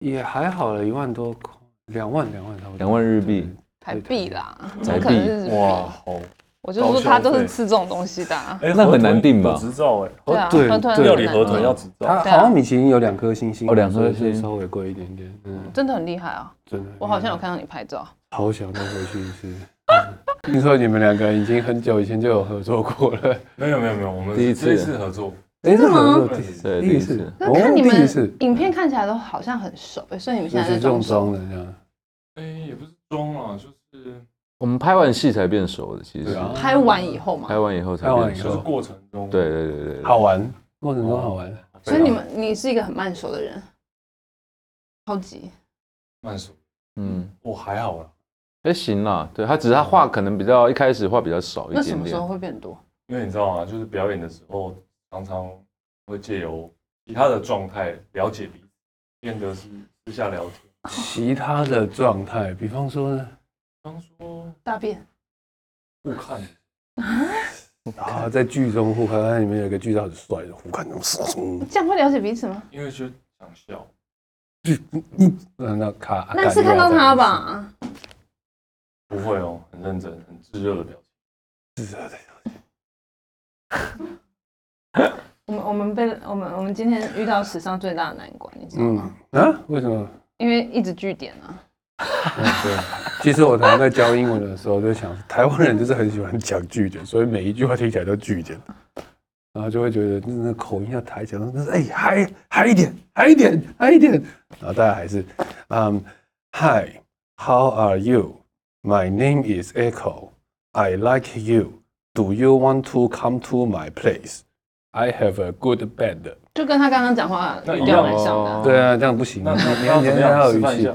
[SPEAKER 3] 也还好了，一万多块，两万两万差不多，
[SPEAKER 5] 两万日币，
[SPEAKER 2] 台币啦，
[SPEAKER 5] 台
[SPEAKER 2] 怎么
[SPEAKER 5] 币
[SPEAKER 2] 可能是日币？
[SPEAKER 4] 哇，好，
[SPEAKER 2] 我就说他都是吃这种东西的啊。
[SPEAKER 4] 哎
[SPEAKER 5] 那很难定吧
[SPEAKER 4] 有执照哎，
[SPEAKER 2] 对啊，
[SPEAKER 3] 对
[SPEAKER 2] 河豚
[SPEAKER 3] 对
[SPEAKER 4] 料
[SPEAKER 2] 很
[SPEAKER 4] 理
[SPEAKER 2] 难
[SPEAKER 4] 河豚要执
[SPEAKER 3] 它
[SPEAKER 4] 照，
[SPEAKER 2] 对啊
[SPEAKER 3] 好像米其林有两颗星星，
[SPEAKER 5] 哦两颗
[SPEAKER 3] 所以是
[SPEAKER 5] 星哦
[SPEAKER 3] 稍微贵一点点，嗯，
[SPEAKER 2] 真的很厉害啊！
[SPEAKER 3] 真的。
[SPEAKER 2] 我好像有看到你拍照，
[SPEAKER 3] 好想再回去一次。嗯听说你们两个已经很久以前就有合作
[SPEAKER 2] <laughs>
[SPEAKER 3] 过了，
[SPEAKER 4] 没有没有没有，我们
[SPEAKER 5] 第一次
[SPEAKER 4] 这次合作，
[SPEAKER 3] 哎，是合作
[SPEAKER 5] 对
[SPEAKER 3] 第
[SPEAKER 5] 第
[SPEAKER 3] 一
[SPEAKER 5] 一
[SPEAKER 3] 次哦
[SPEAKER 5] 次，
[SPEAKER 2] 那看你
[SPEAKER 3] 第一
[SPEAKER 2] 们
[SPEAKER 3] 次，
[SPEAKER 2] 影片看起来都好像很熟，欸所以你们现
[SPEAKER 3] 就
[SPEAKER 2] 在在
[SPEAKER 3] 是
[SPEAKER 2] 装
[SPEAKER 3] 重
[SPEAKER 2] 熟。
[SPEAKER 3] 装的这样。
[SPEAKER 4] 哎，也不是装啊，就是
[SPEAKER 5] 我们拍完戏才变熟的，其实
[SPEAKER 3] 对啊
[SPEAKER 2] 拍完以后
[SPEAKER 5] 拍
[SPEAKER 2] 嘛，
[SPEAKER 5] 完以后才
[SPEAKER 3] 拍完
[SPEAKER 5] 变
[SPEAKER 3] 以
[SPEAKER 5] 熟。
[SPEAKER 4] 就是
[SPEAKER 3] 后
[SPEAKER 4] 过程中，
[SPEAKER 5] 对对对对对，
[SPEAKER 3] 好玩，过程中好玩。
[SPEAKER 4] 非常
[SPEAKER 2] 所以你们你是一个很慢熟的人，超级
[SPEAKER 4] 慢熟，
[SPEAKER 5] 嗯，
[SPEAKER 4] 我还好啦，
[SPEAKER 5] 哎行啦，对他只是他话可能比较一开始话比较少
[SPEAKER 2] 那
[SPEAKER 5] 一
[SPEAKER 2] 什
[SPEAKER 5] 点
[SPEAKER 2] 么时候
[SPEAKER 5] 点，
[SPEAKER 2] 会变多？
[SPEAKER 4] 因为你知道吗？就是表演的时候，常常会借由其他的状态了解彼此，变得是私下聊天。
[SPEAKER 3] 其他的状态，比方说呢，
[SPEAKER 4] 比方说
[SPEAKER 2] 大便
[SPEAKER 4] 互看，
[SPEAKER 3] 啊，在剧中互看，看你们有一个剧照很帅的互看，那种，
[SPEAKER 2] 这样会了解彼此吗？
[SPEAKER 4] 因为就想笑，
[SPEAKER 3] 嗯，那卡，
[SPEAKER 4] 啊
[SPEAKER 2] 那是看到他？吧？
[SPEAKER 4] 不会哦，很认真、很炙热的表情。
[SPEAKER 3] 啊
[SPEAKER 2] 我们我们被我们我们今天遇到史上最大的难关，你知道
[SPEAKER 3] 嗯
[SPEAKER 2] 吗？
[SPEAKER 3] 啊，为什么？
[SPEAKER 2] 因为一直据点啊，
[SPEAKER 3] 嗯对，其实我常常在教英文的时候就想，台湾人就是很喜欢讲句点，所以每一句话听起来都句点，然后就会觉得就是那口音要抬起来，就是哎嗨嗨一点，嗨一点，嗨一点，然后大家还是嗯、Hi, how are you? My name is Echo. I like you. Do you want to come to my place? I have a good bed.
[SPEAKER 2] 就跟他刚刚讲话
[SPEAKER 4] 那
[SPEAKER 2] 语调蛮
[SPEAKER 4] 一样
[SPEAKER 2] 像的啊。
[SPEAKER 3] 对啊，这样不行，
[SPEAKER 4] 哦那
[SPEAKER 3] 你
[SPEAKER 4] 那
[SPEAKER 3] 你
[SPEAKER 4] 你
[SPEAKER 3] 要你要有
[SPEAKER 4] 要怎么样示
[SPEAKER 3] 语
[SPEAKER 4] 范一
[SPEAKER 3] 气
[SPEAKER 4] 下？。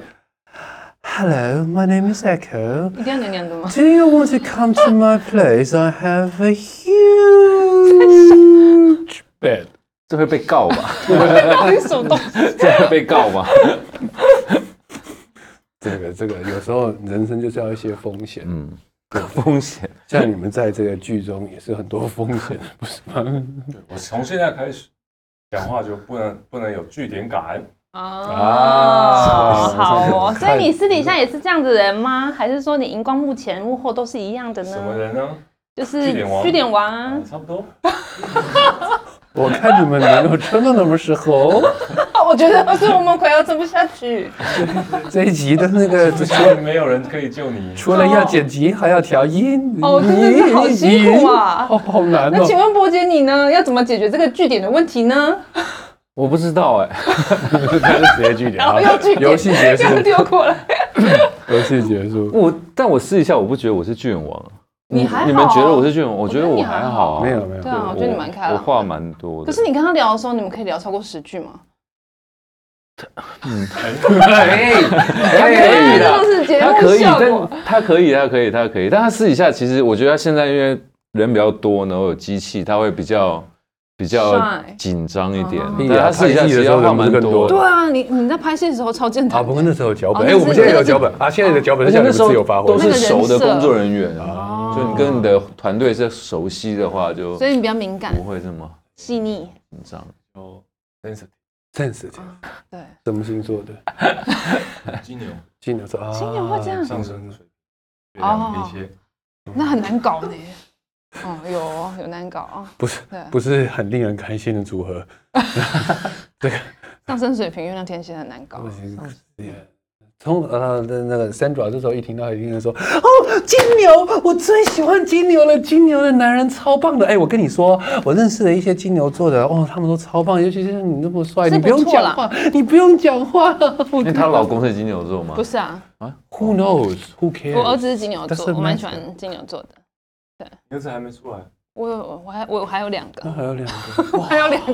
[SPEAKER 3] Hello, my name is Echo.
[SPEAKER 2] 一定要娘娘
[SPEAKER 4] <laughs>
[SPEAKER 2] 的吗？
[SPEAKER 3] Do you want to come to my place? I have a huge bed.
[SPEAKER 5] 这会被告吧？ <laughs>
[SPEAKER 2] 到底什么东西？
[SPEAKER 4] <laughs>
[SPEAKER 5] 这会被告吧？
[SPEAKER 3] 这个这个，有时候人生就是要一些风险。
[SPEAKER 5] 嗯，风险
[SPEAKER 3] 像你们在这个剧中也是很多风险， <laughs> 不是吗？
[SPEAKER 4] 对我从现在开始讲话就不能不能有据点感，
[SPEAKER 2] 啊，好哦，
[SPEAKER 4] <laughs>
[SPEAKER 2] 所
[SPEAKER 3] 看
[SPEAKER 2] 以你私底下也是这样子的人吗？还是说你荧光幕前幕后都是一样的
[SPEAKER 4] 什么
[SPEAKER 2] 呢？
[SPEAKER 4] 人呢？
[SPEAKER 2] 就是
[SPEAKER 4] 据点王
[SPEAKER 2] 据点王
[SPEAKER 4] 啊
[SPEAKER 2] 啊，
[SPEAKER 4] 差不多。 <laughs>
[SPEAKER 3] 我看你们能够撑到那么时候， <laughs>
[SPEAKER 2] 啊我觉得是我们快要撑不下
[SPEAKER 4] <laughs>
[SPEAKER 2] 去。
[SPEAKER 3] 这一集的那个
[SPEAKER 4] 不行，没有人可以救
[SPEAKER 3] <laughs>
[SPEAKER 4] 你。
[SPEAKER 3] 除了要剪辑，还要调音，
[SPEAKER 2] 哦真的是好辛苦啊
[SPEAKER 3] 咦好好难
[SPEAKER 2] 那请
[SPEAKER 3] <laughs> 哦。
[SPEAKER 2] 问伯姐你呢？要怎么解决这个据点的问题呢？
[SPEAKER 5] 我不知道哎，
[SPEAKER 3] <laughs> 还是直接据点
[SPEAKER 2] 然后又据点
[SPEAKER 3] 游戏结束，
[SPEAKER 2] 又
[SPEAKER 3] <laughs>
[SPEAKER 2] 丢过来，
[SPEAKER 3] 游戏结束。
[SPEAKER 5] 我但我试一下，我不觉得我是巨人王。
[SPEAKER 2] 你还好
[SPEAKER 5] 你们觉得我是巨人王？我觉得
[SPEAKER 2] 我觉得你
[SPEAKER 5] 我还
[SPEAKER 2] 还
[SPEAKER 5] 好啊，
[SPEAKER 3] 没有没有
[SPEAKER 2] 对，啊，我觉得你蛮开
[SPEAKER 5] 我
[SPEAKER 2] 朗
[SPEAKER 5] 话
[SPEAKER 2] 的。
[SPEAKER 5] 蛮多的。
[SPEAKER 2] 可是你跟他聊的时候，你们可以聊超过十句吗？啊真的
[SPEAKER 3] 哎
[SPEAKER 2] 是节
[SPEAKER 5] 他
[SPEAKER 2] 目
[SPEAKER 5] 哎可以，
[SPEAKER 2] 效果。
[SPEAKER 5] 但他可以，他可以，他可以，但他私底下其实，我觉得他现在因为人比较多，然后有机器，它会比较比较
[SPEAKER 2] 帅
[SPEAKER 5] 紧张一点
[SPEAKER 2] 哦。
[SPEAKER 5] 但它试一下
[SPEAKER 3] 拍戏的
[SPEAKER 5] 其实
[SPEAKER 3] 时候
[SPEAKER 5] 要
[SPEAKER 3] 人
[SPEAKER 5] 换
[SPEAKER 3] 不是
[SPEAKER 5] 蛮
[SPEAKER 3] 更多
[SPEAKER 5] 多的
[SPEAKER 2] 对。啊，你你在拍戏的时候超健
[SPEAKER 3] 啊，
[SPEAKER 2] 谈
[SPEAKER 3] 不过那时候有脚本，
[SPEAKER 2] 哦
[SPEAKER 3] 哎、
[SPEAKER 2] 那
[SPEAKER 3] 我们
[SPEAKER 2] 是
[SPEAKER 3] 现在
[SPEAKER 2] 那
[SPEAKER 3] 有
[SPEAKER 2] 是
[SPEAKER 3] 脚本啊，现在的脚本
[SPEAKER 5] 而
[SPEAKER 3] 是
[SPEAKER 5] 且
[SPEAKER 3] 像你
[SPEAKER 5] 那
[SPEAKER 3] 们
[SPEAKER 5] 时候
[SPEAKER 3] 自由发挥
[SPEAKER 5] 都
[SPEAKER 2] 那
[SPEAKER 5] 是
[SPEAKER 2] 个人
[SPEAKER 5] 熟的
[SPEAKER 2] 设
[SPEAKER 5] 工作人员啊，
[SPEAKER 2] 哦
[SPEAKER 5] 就你跟你的团队是熟悉的话，就
[SPEAKER 2] 所以你比较敏感
[SPEAKER 5] 不会这么
[SPEAKER 2] 细腻。
[SPEAKER 5] 紧张。
[SPEAKER 4] 哦 s e n s
[SPEAKER 3] sense
[SPEAKER 2] 对，
[SPEAKER 3] 什么星座的？
[SPEAKER 4] i 金牛
[SPEAKER 3] 金牛座啊，
[SPEAKER 2] 金牛会这样
[SPEAKER 4] 上升水月
[SPEAKER 3] 啊
[SPEAKER 4] 亮
[SPEAKER 2] 哦
[SPEAKER 4] 天蝎，
[SPEAKER 2] 那很难搞呢。嗯，有哦有难搞啊，
[SPEAKER 3] 不是
[SPEAKER 2] 对
[SPEAKER 3] 不是很令人开心的组合，
[SPEAKER 2] 上升水平月亮天蝎很难搞。
[SPEAKER 3] 从呃那那个 Sandra 这时候一听到一定说哦金牛，我最喜欢金牛了，金牛的男人超棒的。哎，我跟你说，我认识的一些金牛座的，哦，他们都超棒，尤其是像你那么帅，
[SPEAKER 2] 是
[SPEAKER 3] 你不用
[SPEAKER 2] 不错
[SPEAKER 3] 讲
[SPEAKER 2] 啦
[SPEAKER 3] 话，你不用讲话。因
[SPEAKER 5] 因为她老公是金牛座嘛
[SPEAKER 2] 不，是啊，
[SPEAKER 3] Who knows? Who cares?
[SPEAKER 2] 我儿子是金牛
[SPEAKER 3] 但是
[SPEAKER 2] 座，我蛮
[SPEAKER 3] 蛮
[SPEAKER 2] 喜欢金牛座的。
[SPEAKER 4] 儿子还没出来，
[SPEAKER 2] 我有我还我还有两
[SPEAKER 3] 那
[SPEAKER 2] 个，
[SPEAKER 3] 还有两个，
[SPEAKER 2] 还有两个。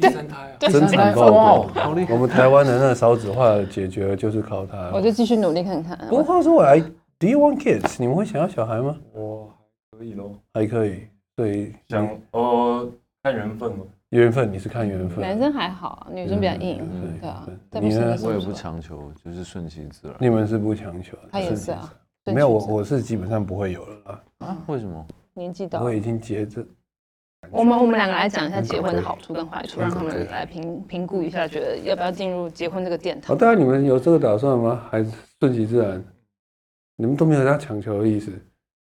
[SPEAKER 4] 第三胎啊，
[SPEAKER 3] 真
[SPEAKER 2] 对
[SPEAKER 3] 惨
[SPEAKER 5] 哇
[SPEAKER 3] 爆
[SPEAKER 5] 哦
[SPEAKER 3] 好厉害！我们台湾的那个少子化解决就是靠它。
[SPEAKER 2] 我就继续努力看啊看。
[SPEAKER 3] 不过话说回来，Do you want kids？你们会想要小孩吗？
[SPEAKER 4] 我还可以咯，
[SPEAKER 3] 还可以，对，
[SPEAKER 4] 想哦看缘分吧，
[SPEAKER 3] 缘分你是看缘分。
[SPEAKER 2] 男生还好，啊女生比较硬，
[SPEAKER 3] 嗯
[SPEAKER 2] 对啊
[SPEAKER 3] 嗯。
[SPEAKER 2] 但
[SPEAKER 3] 你
[SPEAKER 2] 不
[SPEAKER 3] 呢
[SPEAKER 2] 是那时候
[SPEAKER 5] 我也不强求，就是顺其自然。
[SPEAKER 3] 你们是不强求的，
[SPEAKER 2] 他也是啊。
[SPEAKER 3] 没有我，我是基本上不会有了啦，
[SPEAKER 5] 啊为什么？
[SPEAKER 2] 年纪到了
[SPEAKER 3] 我已经结这
[SPEAKER 2] 我们我们两个来讲一下结婚的好处跟坏处，让他们来评评估一下，觉得要不要进入结婚这个殿
[SPEAKER 3] 哦，
[SPEAKER 2] 堂。
[SPEAKER 3] 对啊，你们有这个打算吗？还是顺其自然？你们都没有要强求的意思。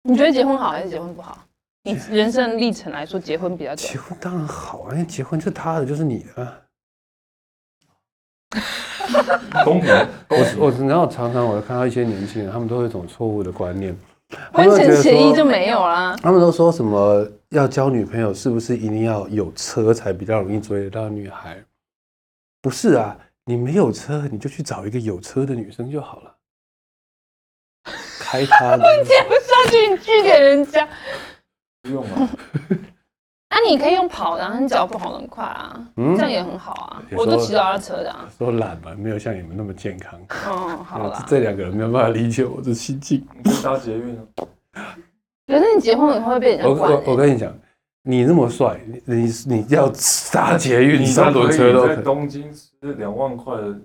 [SPEAKER 2] 你觉得结婚好还是结婚不好？你人生历程来说，结婚比较久
[SPEAKER 3] 结。婚当然好啊，因为结婚就是他的，就是你的啊。
[SPEAKER 4] 公平，公平
[SPEAKER 3] 我我然后常常我看到一些年轻人，他们都有一种错误的观念，他
[SPEAKER 2] 婚
[SPEAKER 3] 们会觉
[SPEAKER 2] 前
[SPEAKER 3] 得
[SPEAKER 2] 协议
[SPEAKER 3] 说，嗯
[SPEAKER 2] 就没有啦。
[SPEAKER 3] 他们都说什么要交女朋友是不是一定要有车才比较容易追得到女孩？不是啊，你没有车你就去找一个有车的女生就好了，开她
[SPEAKER 2] <laughs>
[SPEAKER 3] 的。
[SPEAKER 2] 接不下去，你去给人家。
[SPEAKER 4] 不用啊，
[SPEAKER 2] 啊，你可以用跑的、啊，你脚步跑得很快啊，
[SPEAKER 3] 嗯
[SPEAKER 2] 这样也很好啊。
[SPEAKER 3] 有时候
[SPEAKER 2] 我都骑脚踏车的啊。
[SPEAKER 3] 说懒嘛，没有像你们那么健康。
[SPEAKER 2] 嗯，好啦。
[SPEAKER 3] 这两个人没有办法理解我的心境。
[SPEAKER 4] 你可以搭捷运啊，
[SPEAKER 2] 可是你结婚以后会被人
[SPEAKER 3] 我
[SPEAKER 2] 家管、
[SPEAKER 3] 我我
[SPEAKER 2] 欸。
[SPEAKER 3] 跟你讲，你那么帅，你你你要搭捷运、
[SPEAKER 4] 都
[SPEAKER 3] 上
[SPEAKER 4] 可
[SPEAKER 3] 轮
[SPEAKER 4] 以
[SPEAKER 3] 车都可
[SPEAKER 4] 在
[SPEAKER 3] 以。
[SPEAKER 4] 东京吃两万块的，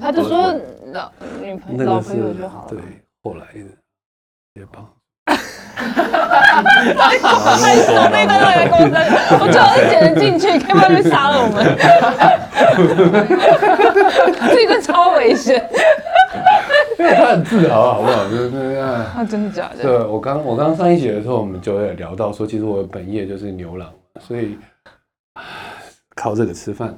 [SPEAKER 2] 他就说老女朋
[SPEAKER 3] 那
[SPEAKER 2] 友老
[SPEAKER 3] 个
[SPEAKER 2] 朋
[SPEAKER 3] 是
[SPEAKER 2] 友就好了。
[SPEAKER 3] 对后来的也帮。 <laughs>
[SPEAKER 2] 太说那段来公司，我最好是捡人进去，可以不会被杀了我 <laughs> 们。这个超危险
[SPEAKER 3] 没有，他很自豪，好不好？就是那样。
[SPEAKER 2] 啊！真的假
[SPEAKER 3] 对
[SPEAKER 2] 的？
[SPEAKER 3] 我刚我刚上一节的时候，我们就有聊到说，其实我本业就是牛郎，所以唉靠这个吃饭。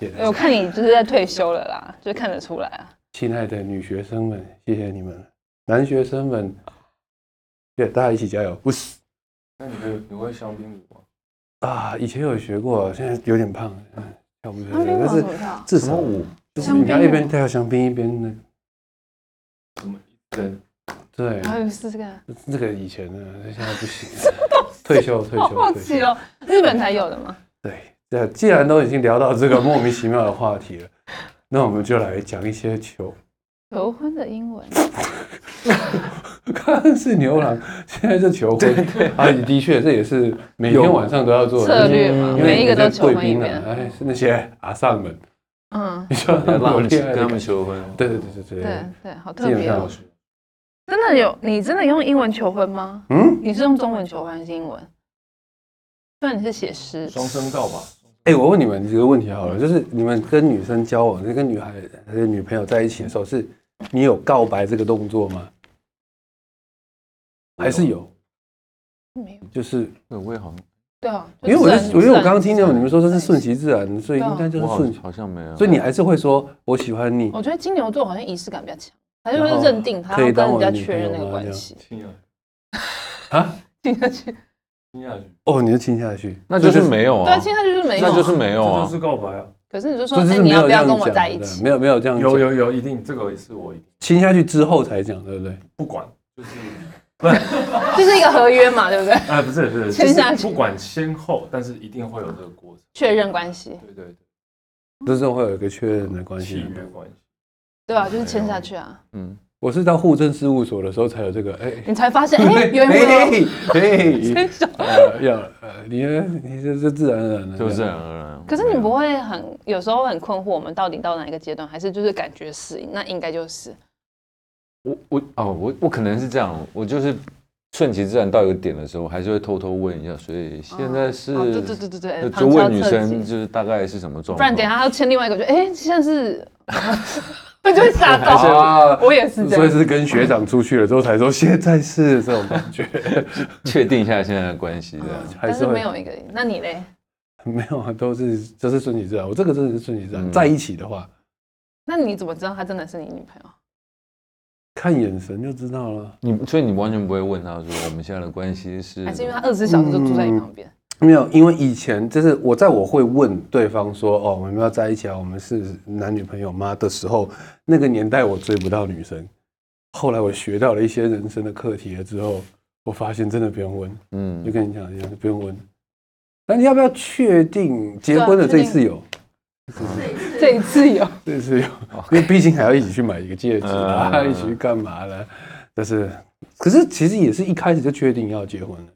[SPEAKER 3] 也
[SPEAKER 2] 我看你就是在退休了啦，就看得出来啊。
[SPEAKER 3] 亲爱的女学生们，谢谢你们，男学生们，对大家一起加油！不是
[SPEAKER 4] 那你会你会香槟舞吗？
[SPEAKER 3] 啊，以前有学过，现在有点胖，嗯跳不
[SPEAKER 2] 香
[SPEAKER 3] 出来，
[SPEAKER 2] 槟王
[SPEAKER 3] 但是
[SPEAKER 2] 怎么跳？
[SPEAKER 3] 至少舞就是
[SPEAKER 2] 香
[SPEAKER 3] 你要一
[SPEAKER 2] 槟
[SPEAKER 3] 边跳香槟一边那个
[SPEAKER 4] 对，
[SPEAKER 3] 对，
[SPEAKER 2] 还有试试看。
[SPEAKER 3] 这个以前呢，现在
[SPEAKER 2] <laughs>
[SPEAKER 3] 不行，退休退
[SPEAKER 2] 好好
[SPEAKER 3] 休退
[SPEAKER 2] 奇
[SPEAKER 3] 休。
[SPEAKER 2] 哦，日本才有的吗？
[SPEAKER 3] 对，那既然都已经聊到这个莫名其妙的话题了，那我们就来讲一些球。 <laughs>
[SPEAKER 2] 求婚的英文，
[SPEAKER 3] 刚刚是牛郎，现在是求婚啊，的确这也是每天晚上都要做的
[SPEAKER 2] 策略嘛
[SPEAKER 3] 因为
[SPEAKER 2] 每一个都求婚
[SPEAKER 3] 你在贵宾
[SPEAKER 2] 一
[SPEAKER 3] 啊
[SPEAKER 2] 遍，
[SPEAKER 3] 哎，是那些阿上们，
[SPEAKER 2] 嗯，
[SPEAKER 3] 你说
[SPEAKER 5] 让
[SPEAKER 3] <laughs>
[SPEAKER 5] 他
[SPEAKER 3] 我
[SPEAKER 5] 们
[SPEAKER 3] 恋
[SPEAKER 5] 跟
[SPEAKER 3] 爱
[SPEAKER 5] 他
[SPEAKER 3] 的
[SPEAKER 5] 们，求婚？
[SPEAKER 3] 对对对对对
[SPEAKER 2] 对，对，好
[SPEAKER 3] 基
[SPEAKER 2] 特
[SPEAKER 3] 本
[SPEAKER 2] 别
[SPEAKER 3] 上
[SPEAKER 2] 哦。真的有？你真的用英文求婚吗？
[SPEAKER 3] 嗯，
[SPEAKER 2] 你是用中文求婚还是英文？虽然你是写诗，
[SPEAKER 4] 双声道吧，
[SPEAKER 3] 哎，我问你们一个问题好了，就是你们跟女生交往，跟女孩还是女朋友在一起的时候，是你有告白这个动作吗？还是有？
[SPEAKER 2] 没有？
[SPEAKER 3] 就是
[SPEAKER 5] 对，我也好，
[SPEAKER 2] 对啊，
[SPEAKER 3] 因为我
[SPEAKER 2] 就是
[SPEAKER 3] 是，因为我刚刚听
[SPEAKER 2] 自
[SPEAKER 3] 到
[SPEAKER 2] 然
[SPEAKER 3] 你们说这是顺其自然，所以应该就是
[SPEAKER 5] 我好
[SPEAKER 3] 顺其，
[SPEAKER 5] 好像没有。
[SPEAKER 3] 所以你啊还是会说我喜欢你，
[SPEAKER 2] 我觉得金牛座好像仪式感比较强，他就
[SPEAKER 3] 然后
[SPEAKER 2] 会认定他
[SPEAKER 3] 可以
[SPEAKER 2] 要跟
[SPEAKER 3] 当
[SPEAKER 2] 人
[SPEAKER 3] 我的
[SPEAKER 2] 家
[SPEAKER 3] 女
[SPEAKER 2] 确
[SPEAKER 3] 朋友
[SPEAKER 2] 认
[SPEAKER 3] 吗
[SPEAKER 2] 那个关系。啊
[SPEAKER 4] 听下去，
[SPEAKER 2] 亲下去，
[SPEAKER 4] 听下去，
[SPEAKER 3] 哦，你就亲下去，
[SPEAKER 5] 那就是
[SPEAKER 3] 这
[SPEAKER 5] 没有
[SPEAKER 2] 对啊，
[SPEAKER 5] 啊，
[SPEAKER 2] 亲下去就是没有啊，
[SPEAKER 5] 那就是没有
[SPEAKER 4] 这就
[SPEAKER 5] 啊
[SPEAKER 4] 是。告白啊，
[SPEAKER 2] 可是你就说，
[SPEAKER 3] 这就
[SPEAKER 2] 哎，
[SPEAKER 3] 是
[SPEAKER 2] 你
[SPEAKER 3] 没
[SPEAKER 2] 要
[SPEAKER 3] 有
[SPEAKER 2] 不
[SPEAKER 3] 这
[SPEAKER 2] 要
[SPEAKER 3] 样
[SPEAKER 2] 跟
[SPEAKER 3] 讲
[SPEAKER 2] 我
[SPEAKER 3] 的，
[SPEAKER 2] 在一起？
[SPEAKER 3] 没有没有这样讲，
[SPEAKER 4] 有有有，一定这个也是我一定
[SPEAKER 3] 亲下去之后才讲，对不对？
[SPEAKER 4] 不管，就是
[SPEAKER 2] 就是一个合约嘛，对不对？
[SPEAKER 4] 哎，不是不是，
[SPEAKER 2] 签下去
[SPEAKER 4] 就是不管先后，但是一定会有这个过程，
[SPEAKER 2] 确认关系，
[SPEAKER 4] 对对
[SPEAKER 3] 这时候会有一个确认的关
[SPEAKER 4] 对，契
[SPEAKER 3] 系。
[SPEAKER 4] 约关系，
[SPEAKER 2] 对吧？就是签下去啊。
[SPEAKER 5] 嗯，
[SPEAKER 3] 我是到户政事务所的时候才有这个，哎、
[SPEAKER 2] 你才发现，
[SPEAKER 3] <laughs>
[SPEAKER 2] 哎，原来
[SPEAKER 3] 哎哎，呃，要呃，你你这这自然而然的，
[SPEAKER 5] 就自然而然。
[SPEAKER 2] 可是你不会很有时候很困惑，我们到底到哪一个阶段，还是就是感觉是，那应该就是。
[SPEAKER 5] 我我哦，我我可能是这样，我就是顺其自然到一个点的时候，我还是会偷偷问一下，所以现在是
[SPEAKER 2] 哦对对对对对
[SPEAKER 5] 就
[SPEAKER 2] 旁
[SPEAKER 5] 就
[SPEAKER 2] 敲
[SPEAKER 5] 问女
[SPEAKER 2] 侧
[SPEAKER 5] 生
[SPEAKER 2] 击
[SPEAKER 5] 就是大概是什么状况，
[SPEAKER 2] 不然等一下他 <laughs> 要签另外一个，就哎，现在
[SPEAKER 3] <laughs>
[SPEAKER 2] 是，我就会吓到。
[SPEAKER 3] 啊，
[SPEAKER 2] 我也是这
[SPEAKER 3] 所以
[SPEAKER 2] 样，
[SPEAKER 3] 是跟学长出去了之后才说现在是这种感
[SPEAKER 2] <laughs>
[SPEAKER 3] 觉，
[SPEAKER 5] 确定一下现在的关系这样。
[SPEAKER 3] 还
[SPEAKER 2] 但是
[SPEAKER 3] 会
[SPEAKER 2] 没有一个。那你嘞？
[SPEAKER 3] <laughs> 没有啊，都是就是顺其自然。我这个真的是顺其自然，
[SPEAKER 5] 嗯
[SPEAKER 3] 在一起的话，
[SPEAKER 2] 那你怎么知道她真的是你女朋友？
[SPEAKER 3] 看眼神就知道了。
[SPEAKER 5] 你所以你完全不会问他说我们现在的关系
[SPEAKER 3] 嗯
[SPEAKER 5] 是
[SPEAKER 2] 还是因为她二十四小时就住在你旁边？
[SPEAKER 3] 没有，因为以前就是我在我会问对方说哦，我们要不要在一起啊，我们是男女朋友吗的时候，那个年代我追不到女生。后来我学到了一些人生的课题了之后，我发现真的不用问，就
[SPEAKER 5] 嗯
[SPEAKER 3] 跟你讲一样，不用问。那你要不要确定结婚的
[SPEAKER 2] 对
[SPEAKER 3] 这
[SPEAKER 2] 啊
[SPEAKER 3] 一次有？嗯
[SPEAKER 2] 这一次有，
[SPEAKER 3] 这一 <laughs> 次有，因为毕竟还要一起去买一个戒指啊，
[SPEAKER 5] 嗯
[SPEAKER 3] 一起去干嘛的。但是，可是其实也是一开始就确定要结婚了。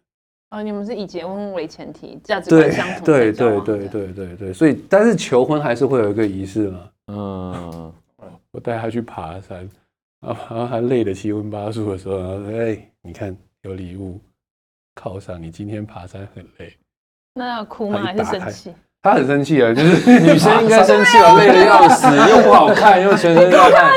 [SPEAKER 2] 哦，你们是以结婚为前提，价值观
[SPEAKER 3] 对
[SPEAKER 2] 相同
[SPEAKER 3] 对
[SPEAKER 2] 才交
[SPEAKER 3] 对
[SPEAKER 2] 往
[SPEAKER 3] 对
[SPEAKER 2] 的
[SPEAKER 3] 对对对，所以但是求婚还是会有一个仪式嘛。
[SPEAKER 5] 嗯，
[SPEAKER 3] 我带他去爬山，然后然后他累得七荤八素的时候，然后说：“哎，你看有礼物犒赏你，今天爬山很累。
[SPEAKER 2] 那要哭吗？还是生气？”
[SPEAKER 3] 他很生气啊，就是
[SPEAKER 5] 女生应该生
[SPEAKER 2] <laughs>
[SPEAKER 5] 气了，累得要死，
[SPEAKER 2] 啊
[SPEAKER 5] 又不好看，又全身都汗，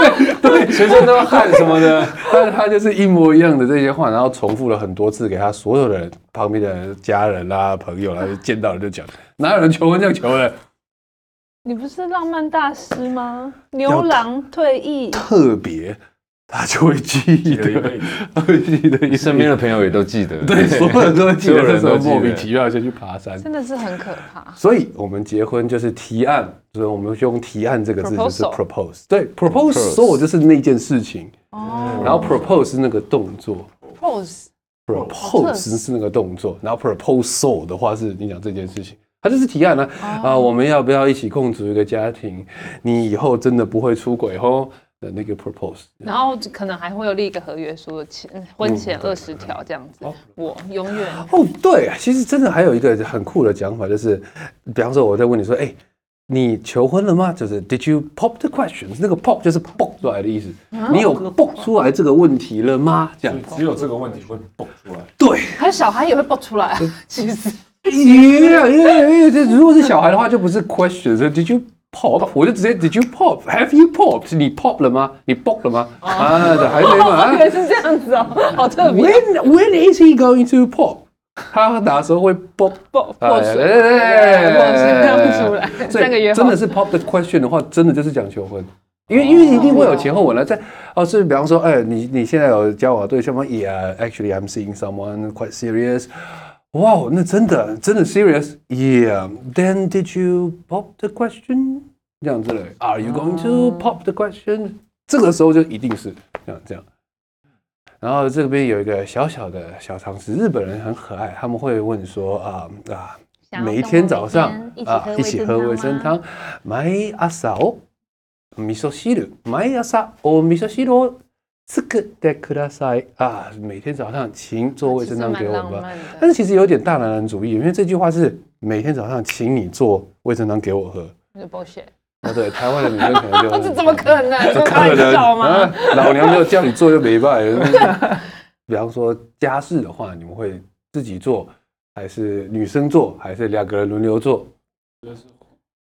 [SPEAKER 5] 对对，全身都汗什么的，
[SPEAKER 3] 但他就是一模一样的这些话，然后重复了很多次，给他所有的人旁边的人家人啦、朋友啦，就见到了就讲，哪有人求婚这样求的？
[SPEAKER 2] 你不是浪漫大师吗？牛郎退役，
[SPEAKER 3] 特别，他就会记
[SPEAKER 4] 了一辈
[SPEAKER 3] 得
[SPEAKER 4] 子，
[SPEAKER 3] 他会记得一
[SPEAKER 5] 身边的朋友也都记得，
[SPEAKER 3] 对，所有人都会记得
[SPEAKER 5] 所有
[SPEAKER 3] 这
[SPEAKER 5] 人
[SPEAKER 3] 时候
[SPEAKER 5] 都记得
[SPEAKER 3] 莫名其妙先去爬山。
[SPEAKER 2] 真的是很可怕。
[SPEAKER 3] 所以我们结婚就是提案，所以我们用提案这个字就是
[SPEAKER 2] Proposal
[SPEAKER 3] propose，对，proposal 就是那件事情，
[SPEAKER 2] 哦
[SPEAKER 3] 然后 propose 是那个动作。
[SPEAKER 2] ，pose，
[SPEAKER 3] propose 是那个动作，然后 proposal 的话是你讲这件事情，它就是提案呢、啊，我们要不要一起共组一个家庭？你以后真的不会出轨哦的那个 propose，
[SPEAKER 2] 然后可能还会有立一个合约书，前婚
[SPEAKER 3] 嗯
[SPEAKER 2] 前二十条这样子。我永远
[SPEAKER 3] 哦，对，其实真的还有一个很酷的讲法，就是，比方说我在问你说，哎、你求婚了吗？就是 Did you pop the question？那个 pop 就是蹦出来的意思，你有蹦出来这个问题了吗？这样
[SPEAKER 4] 所以只有这个问题会蹦出来。
[SPEAKER 3] 对，
[SPEAKER 2] 还有小孩也会爆出来，其实
[SPEAKER 3] 耶耶耶！这如果是小孩的话，就不是 question，是 Did you pop？我就直接 Did you pop？Have you popped？你 pop 了吗？你 pop 了吗？啊，对还没嘛。啊
[SPEAKER 2] 原来是这样子哦，好特别。
[SPEAKER 3] When when is he going to pop？他哪时候会 pop？
[SPEAKER 2] 爆
[SPEAKER 3] 哎
[SPEAKER 2] 爆水，爆水刚出来，
[SPEAKER 3] 所以
[SPEAKER 2] 三个月后
[SPEAKER 3] 真的是 pop the question 的话，真的就是讲求婚。因为因为一定会有前后文了，在哦是比方说，哎，你你现在有交往的对象吗？Yeah，actually I'm seeing someone quite serious。哇，那真的真的 serious。Yeah，then did you pop the question？这样之类，Are you going to pop the question？这个时候就一定是这样这样。然后这边有一个小小的小常识，日本人很可爱，他们会问说啊啊
[SPEAKER 6] 想，要
[SPEAKER 3] 每一天早上
[SPEAKER 6] 跟我
[SPEAKER 3] 啊
[SPEAKER 6] 们
[SPEAKER 3] 一
[SPEAKER 6] 一
[SPEAKER 3] 起
[SPEAKER 6] 起
[SPEAKER 3] 喝
[SPEAKER 6] 喝
[SPEAKER 3] 维
[SPEAKER 6] 维
[SPEAKER 3] 生
[SPEAKER 6] 生
[SPEAKER 3] 汤
[SPEAKER 6] 汤，
[SPEAKER 3] 毎朝を味噌汁，毎朝お味噌汁を作ってください啊，每天早上请做卫生汤给我
[SPEAKER 2] 啊其实蛮
[SPEAKER 3] 们
[SPEAKER 2] 浪
[SPEAKER 3] 吧
[SPEAKER 2] 漫。
[SPEAKER 3] 但
[SPEAKER 2] 的
[SPEAKER 3] 是其实有点大男人主义，因为这句话是每天早上请你做卫生汤给我喝。
[SPEAKER 2] 这是 bullshit，
[SPEAKER 3] 啊，对，台湾的女生可
[SPEAKER 2] <laughs>
[SPEAKER 3] 能就
[SPEAKER 2] 这怎么可能？这
[SPEAKER 3] 可
[SPEAKER 2] 开
[SPEAKER 3] 能
[SPEAKER 2] 玩笑吗？
[SPEAKER 3] 啊，老娘没有叫你做就没办法。 <laughs> 比方说家事的话，你们会自己做，还是女生做，还是两个人轮流做？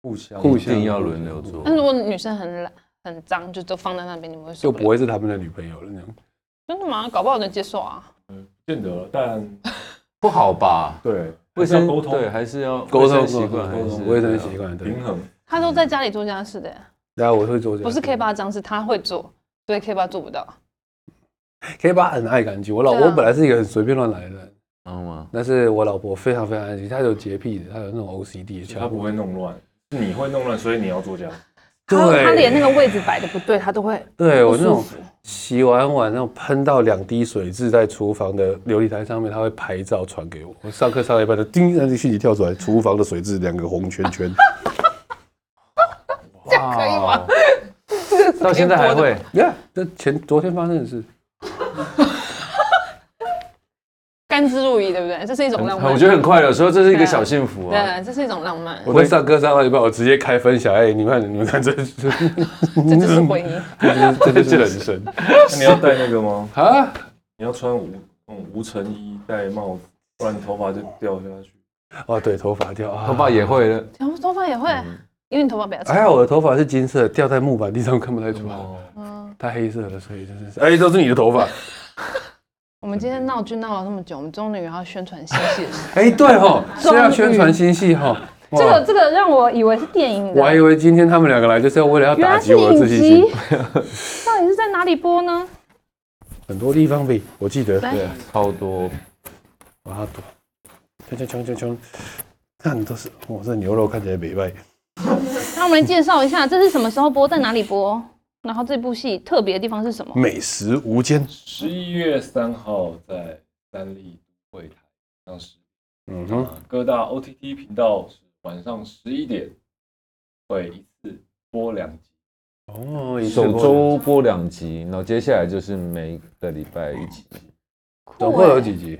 [SPEAKER 4] 互相
[SPEAKER 3] 互
[SPEAKER 5] 一
[SPEAKER 3] 相
[SPEAKER 5] 定要轮流做
[SPEAKER 2] 那。如果女生很懒、很脏，就都放在那边，你们会受
[SPEAKER 3] 就
[SPEAKER 2] 不
[SPEAKER 3] 不
[SPEAKER 2] 了？
[SPEAKER 3] 会是他们的女朋友了那样。
[SPEAKER 2] 真的吗？搞不好能接受啊。
[SPEAKER 4] 见得了，但
[SPEAKER 5] 不好吧？
[SPEAKER 4] 对
[SPEAKER 5] 卫
[SPEAKER 4] 还是
[SPEAKER 5] 生
[SPEAKER 4] 要沟通
[SPEAKER 5] 对还是要
[SPEAKER 3] 沟通
[SPEAKER 5] 卫生习惯还是
[SPEAKER 3] 卫生习惯对
[SPEAKER 4] 平。衡。
[SPEAKER 2] 他都在家里做家事的，
[SPEAKER 3] 然后我会做这样，
[SPEAKER 2] 不是 K 八脏，是他会做，所以 K 八做不到。
[SPEAKER 3] K 八很爱干净。我老
[SPEAKER 2] 对
[SPEAKER 3] 婆
[SPEAKER 2] 啊
[SPEAKER 3] 本来是一个很随便乱来的人，
[SPEAKER 5] 然后吗？
[SPEAKER 3] 但是我老婆非常非常爱干净，她有洁癖的，她有那种 OCD 的
[SPEAKER 4] 其实他
[SPEAKER 3] 强
[SPEAKER 4] 不
[SPEAKER 3] 迫。
[SPEAKER 4] 会弄 <laughs> 乱，是你会弄乱，所以你要做 <laughs> 家。
[SPEAKER 2] 他他连那
[SPEAKER 3] 对，
[SPEAKER 2] 个位置摆的不对，他都会
[SPEAKER 3] 对我那
[SPEAKER 2] 不
[SPEAKER 3] 种
[SPEAKER 2] 舒服
[SPEAKER 3] 洗完碗那种喷到两滴水渍在厨房的琉璃台上面，她会拍照传给我。我上课上到一半的，叮，那就讯息跳出来，厨房的
[SPEAKER 2] <laughs>
[SPEAKER 3] 水渍两个红圈圈。
[SPEAKER 2] 这样可以吗？这个
[SPEAKER 5] 到现在还会。
[SPEAKER 3] 你看，这前昨天发生的事，
[SPEAKER 2] 甘之如饴，对不对？这是一种浪漫。
[SPEAKER 5] 我觉得很快乐，说这是一
[SPEAKER 2] 对
[SPEAKER 5] 个
[SPEAKER 2] 啊
[SPEAKER 5] 小幸福啊。
[SPEAKER 2] 对，这是一种浪漫，
[SPEAKER 3] 我在上课上到一半，我直接开分享，哎，你们看，你们看，这 <laughs> 这
[SPEAKER 2] 这就是回忆。
[SPEAKER 3] 这这是人
[SPEAKER 2] <laughs>
[SPEAKER 3] 生
[SPEAKER 4] 那你要戴那个吗？
[SPEAKER 3] 啊！
[SPEAKER 4] 你要穿无那种无尘衣，戴帽子，不然你头发就掉下去。
[SPEAKER 3] 哦，对，头发掉啊，
[SPEAKER 5] 头发也会了，
[SPEAKER 2] 然后头发也会，因为你头发比较长。
[SPEAKER 3] 还嗯哎好，我的头发是金色，掉在木板地上看不太出来，
[SPEAKER 2] 嗯，
[SPEAKER 3] 它黑色的，所以就是哎，都是你的
[SPEAKER 2] <laughs>
[SPEAKER 3] 头发。
[SPEAKER 2] 我们今天闹剧闹了那么久，我们终于要宣传新戏了。
[SPEAKER 3] <laughs> 哎，对吼，是要
[SPEAKER 2] 哦终于
[SPEAKER 3] 宣传新戏吼。哇
[SPEAKER 2] 这个这个让我以为是电影
[SPEAKER 3] 我还以
[SPEAKER 2] 的，
[SPEAKER 3] 为今天他们两个来就是要为了要
[SPEAKER 2] 原
[SPEAKER 3] 打
[SPEAKER 2] 来
[SPEAKER 3] 击
[SPEAKER 2] 是
[SPEAKER 3] 我的
[SPEAKER 2] 影
[SPEAKER 3] 自信心
[SPEAKER 2] 集。。 <laughs> 到底是在哪里播呢？
[SPEAKER 3] 很多地方被我记得，
[SPEAKER 2] 来
[SPEAKER 3] 对，
[SPEAKER 5] 超多。
[SPEAKER 3] 啊多，冲冲冲冲冲，看都是，我这牛肉看起来美味。
[SPEAKER 2] 那我们来介绍一下，这是什么时候播，在哪里播？然后这部戏特别的地方是什么？
[SPEAKER 3] 美食无间，
[SPEAKER 4] 十一月三号在三立都会台上是
[SPEAKER 3] 嗯哼，
[SPEAKER 4] 啊，各大 OTT 频道是晚上十一点会一次播两集，
[SPEAKER 3] 哦，一次
[SPEAKER 5] 首
[SPEAKER 3] 过
[SPEAKER 5] 周播两集，然后接下来就是每个礼拜一集。
[SPEAKER 3] 总共有几集？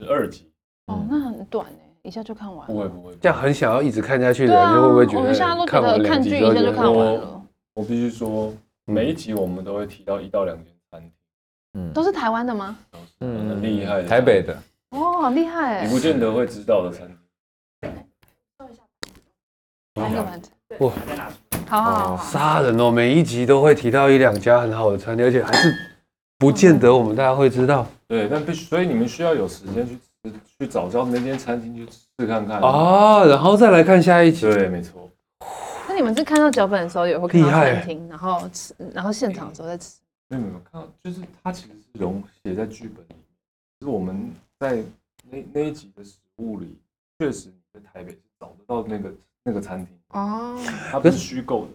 [SPEAKER 4] 十二集，
[SPEAKER 3] 嗯
[SPEAKER 2] 哦，
[SPEAKER 5] 嗯
[SPEAKER 2] 那很短哎，一下就看完
[SPEAKER 4] 不
[SPEAKER 2] 了。
[SPEAKER 4] 会不会。
[SPEAKER 3] 这样很想要一直看下去的
[SPEAKER 2] 对
[SPEAKER 3] 人，
[SPEAKER 2] 啊，
[SPEAKER 3] 就会不会觉
[SPEAKER 2] 我们现在
[SPEAKER 3] 得
[SPEAKER 2] 都觉
[SPEAKER 3] 看
[SPEAKER 2] 得
[SPEAKER 3] 完两
[SPEAKER 2] 看
[SPEAKER 3] 集
[SPEAKER 2] 剧
[SPEAKER 3] 之
[SPEAKER 2] 一
[SPEAKER 3] 后
[SPEAKER 2] 下就看
[SPEAKER 4] 我
[SPEAKER 2] 完
[SPEAKER 4] 觉得
[SPEAKER 2] 了，
[SPEAKER 4] 我必须说，每一集我们都会提到一到两间餐厅，
[SPEAKER 5] 嗯
[SPEAKER 2] 都是台湾的吗？
[SPEAKER 4] 很厉害的
[SPEAKER 5] 台北的，
[SPEAKER 2] 哦，好厉害
[SPEAKER 4] 你
[SPEAKER 2] 哎！
[SPEAKER 4] 不见得会知道的餐厅。
[SPEAKER 2] 来一个丸子
[SPEAKER 3] 哇，
[SPEAKER 2] 好好好，
[SPEAKER 3] 杀人哦，每一集都会提到一两家很好的餐厅，而且还是不见得我们大家会知道
[SPEAKER 4] 对，但必须，所以你们需要有时间去吃去找到那间餐厅去试看看。
[SPEAKER 3] 啊，然后再来看下一集。
[SPEAKER 4] 对，没错，
[SPEAKER 2] 那你们是看到脚本的时候也会看到
[SPEAKER 3] 厉害
[SPEAKER 2] 餐厅，然后吃，然后现场的时候再吃。
[SPEAKER 4] 因为你们看到，就是它其实是融写在剧本里，就是我们在那那一集的食物里，确实你在台北是找得到那个那个餐厅，
[SPEAKER 2] 哦，
[SPEAKER 4] 它不是虚构的。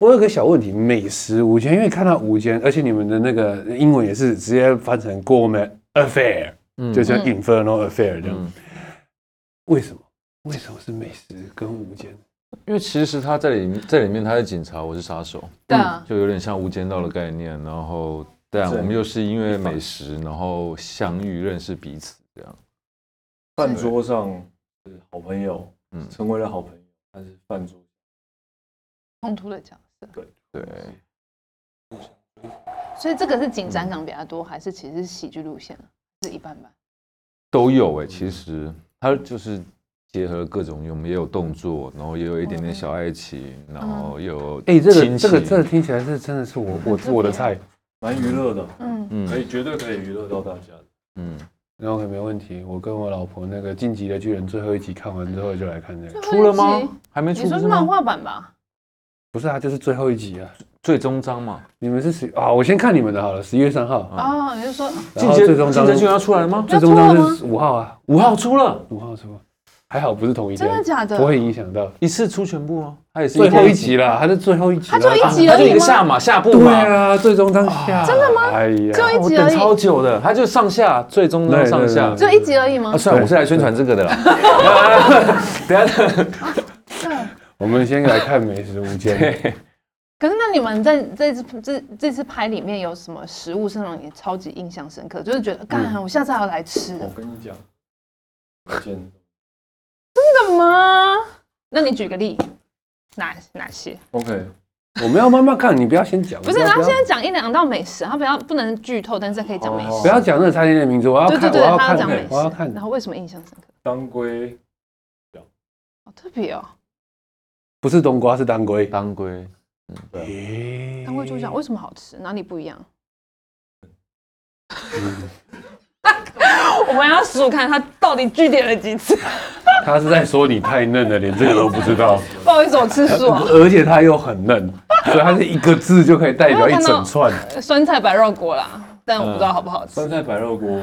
[SPEAKER 3] 我有个小问题，美食无间，因为看到无间，而且你们的那个英文也是直接翻成过门 affair，、
[SPEAKER 5] 嗯
[SPEAKER 3] 就像 infernal affair 这样。
[SPEAKER 5] 嗯
[SPEAKER 3] 为什么？为什么是美食跟无间？
[SPEAKER 5] 因为其实他在里面，在里面他是警察，我是杀手，
[SPEAKER 2] 对啊，
[SPEAKER 5] 就有点像《无间道》的概念。然后，但
[SPEAKER 4] 对
[SPEAKER 5] 我们又是因为美食，然后相遇认识彼此，这样。
[SPEAKER 4] 饭桌上是好朋友，
[SPEAKER 5] 嗯
[SPEAKER 4] 成为了好朋友，但是饭桌
[SPEAKER 2] 冲突的角色。
[SPEAKER 5] 对，
[SPEAKER 2] 所以这个是紧张感比较多，还是其实是喜剧路线啊？是一半半。
[SPEAKER 5] 都有哎、其实他就是结合各种，我们也有动作，然后也有一点点小爱情，然后也有
[SPEAKER 3] 哎、这
[SPEAKER 5] 亲
[SPEAKER 3] 个
[SPEAKER 5] 情
[SPEAKER 3] 这个这个听起来是真的是我我我的菜。
[SPEAKER 4] 蛮娱乐的，
[SPEAKER 2] 嗯，
[SPEAKER 4] 可
[SPEAKER 5] 嗯
[SPEAKER 4] 以绝对可以娱乐到大家。
[SPEAKER 5] 嗯，
[SPEAKER 3] 然后没问题，我跟我老婆那个《晋级的巨人》最后一集看完之后就来看这个。
[SPEAKER 5] 出了吗？？还没
[SPEAKER 2] 你
[SPEAKER 5] 出不
[SPEAKER 2] 说是
[SPEAKER 5] 吗
[SPEAKER 2] 漫画版吧？
[SPEAKER 3] 不是啊，就是最后一集啊。
[SPEAKER 5] 最终章嘛？
[SPEAKER 3] 你们是十啊？我先看你们的好了，十一月三号，
[SPEAKER 2] 哦，你就说
[SPEAKER 3] 然后最终章
[SPEAKER 5] 啊进阶要出来了吗？
[SPEAKER 3] 最终章是五号啊，
[SPEAKER 5] 五号出了，
[SPEAKER 3] 五号出，还好不是同一天
[SPEAKER 2] 真，的假的？
[SPEAKER 3] 不会影响到。
[SPEAKER 5] 一次出全部吗？它也是
[SPEAKER 3] 最后一集啦，还是最后一集
[SPEAKER 2] 它
[SPEAKER 3] 啦，
[SPEAKER 2] 就一集
[SPEAKER 5] 它
[SPEAKER 2] 而
[SPEAKER 5] 就一
[SPEAKER 2] 已
[SPEAKER 5] 个
[SPEAKER 2] 吗？
[SPEAKER 5] 下马下部
[SPEAKER 3] 对
[SPEAKER 5] 嘛，
[SPEAKER 3] 啊，最终当下。真的吗？哎呀，
[SPEAKER 2] 就一
[SPEAKER 5] 我
[SPEAKER 2] 集
[SPEAKER 5] 等
[SPEAKER 2] 而
[SPEAKER 5] 超
[SPEAKER 2] 已，
[SPEAKER 5] 久的，它就上下最终章上下
[SPEAKER 3] 对对。
[SPEAKER 2] 就一集而已吗
[SPEAKER 5] 啊，？算了，我是来宣传这个的啦。等一下，
[SPEAKER 3] 我们先来看《美食无间》。
[SPEAKER 2] 可是那你们在在这次这这次拍里面有什么食物是让你超级印象深刻？就是觉得，
[SPEAKER 3] 嗯
[SPEAKER 2] 干，我下次还要来吃
[SPEAKER 3] 哦
[SPEAKER 4] 我
[SPEAKER 2] 的，
[SPEAKER 4] 跟你讲，我见
[SPEAKER 2] 干嘛？那你举个例，哪哪些？
[SPEAKER 4] OK，
[SPEAKER 3] 我们要慢慢看，你不要先讲。
[SPEAKER 2] 不是，
[SPEAKER 3] 要
[SPEAKER 2] 他
[SPEAKER 3] 要
[SPEAKER 2] 现在讲一两道美食，他不要不能剧透，但是可以讲美
[SPEAKER 4] 哦
[SPEAKER 2] 食
[SPEAKER 3] 不。要讲那个餐厅的名字，我要
[SPEAKER 2] 对对
[SPEAKER 3] 看，哦我
[SPEAKER 2] 对，
[SPEAKER 3] 要
[SPEAKER 2] 他要讲
[SPEAKER 3] 看
[SPEAKER 2] 美，
[SPEAKER 3] 我要
[SPEAKER 2] 食
[SPEAKER 3] 看。。
[SPEAKER 2] 然后为什么印象深刻？
[SPEAKER 4] 当归
[SPEAKER 2] 好特别哦，
[SPEAKER 3] 不是冬瓜，是当归。
[SPEAKER 5] 当归
[SPEAKER 3] 当
[SPEAKER 2] 当归猪脚为什么好吃？哪里不一样？
[SPEAKER 3] 嗯
[SPEAKER 2] <laughs> 我们要数数看他到底据点了几次。
[SPEAKER 3] 他是在说你太嫩了，连这个都不知道，
[SPEAKER 2] 不好意思，我吃素啊。
[SPEAKER 3] 而且他又很嫩，所以他是一个字就可以代表一整串。嗯
[SPEAKER 2] 酸菜白肉锅啦，但我不知道好不好吃。
[SPEAKER 4] 酸菜白肉锅，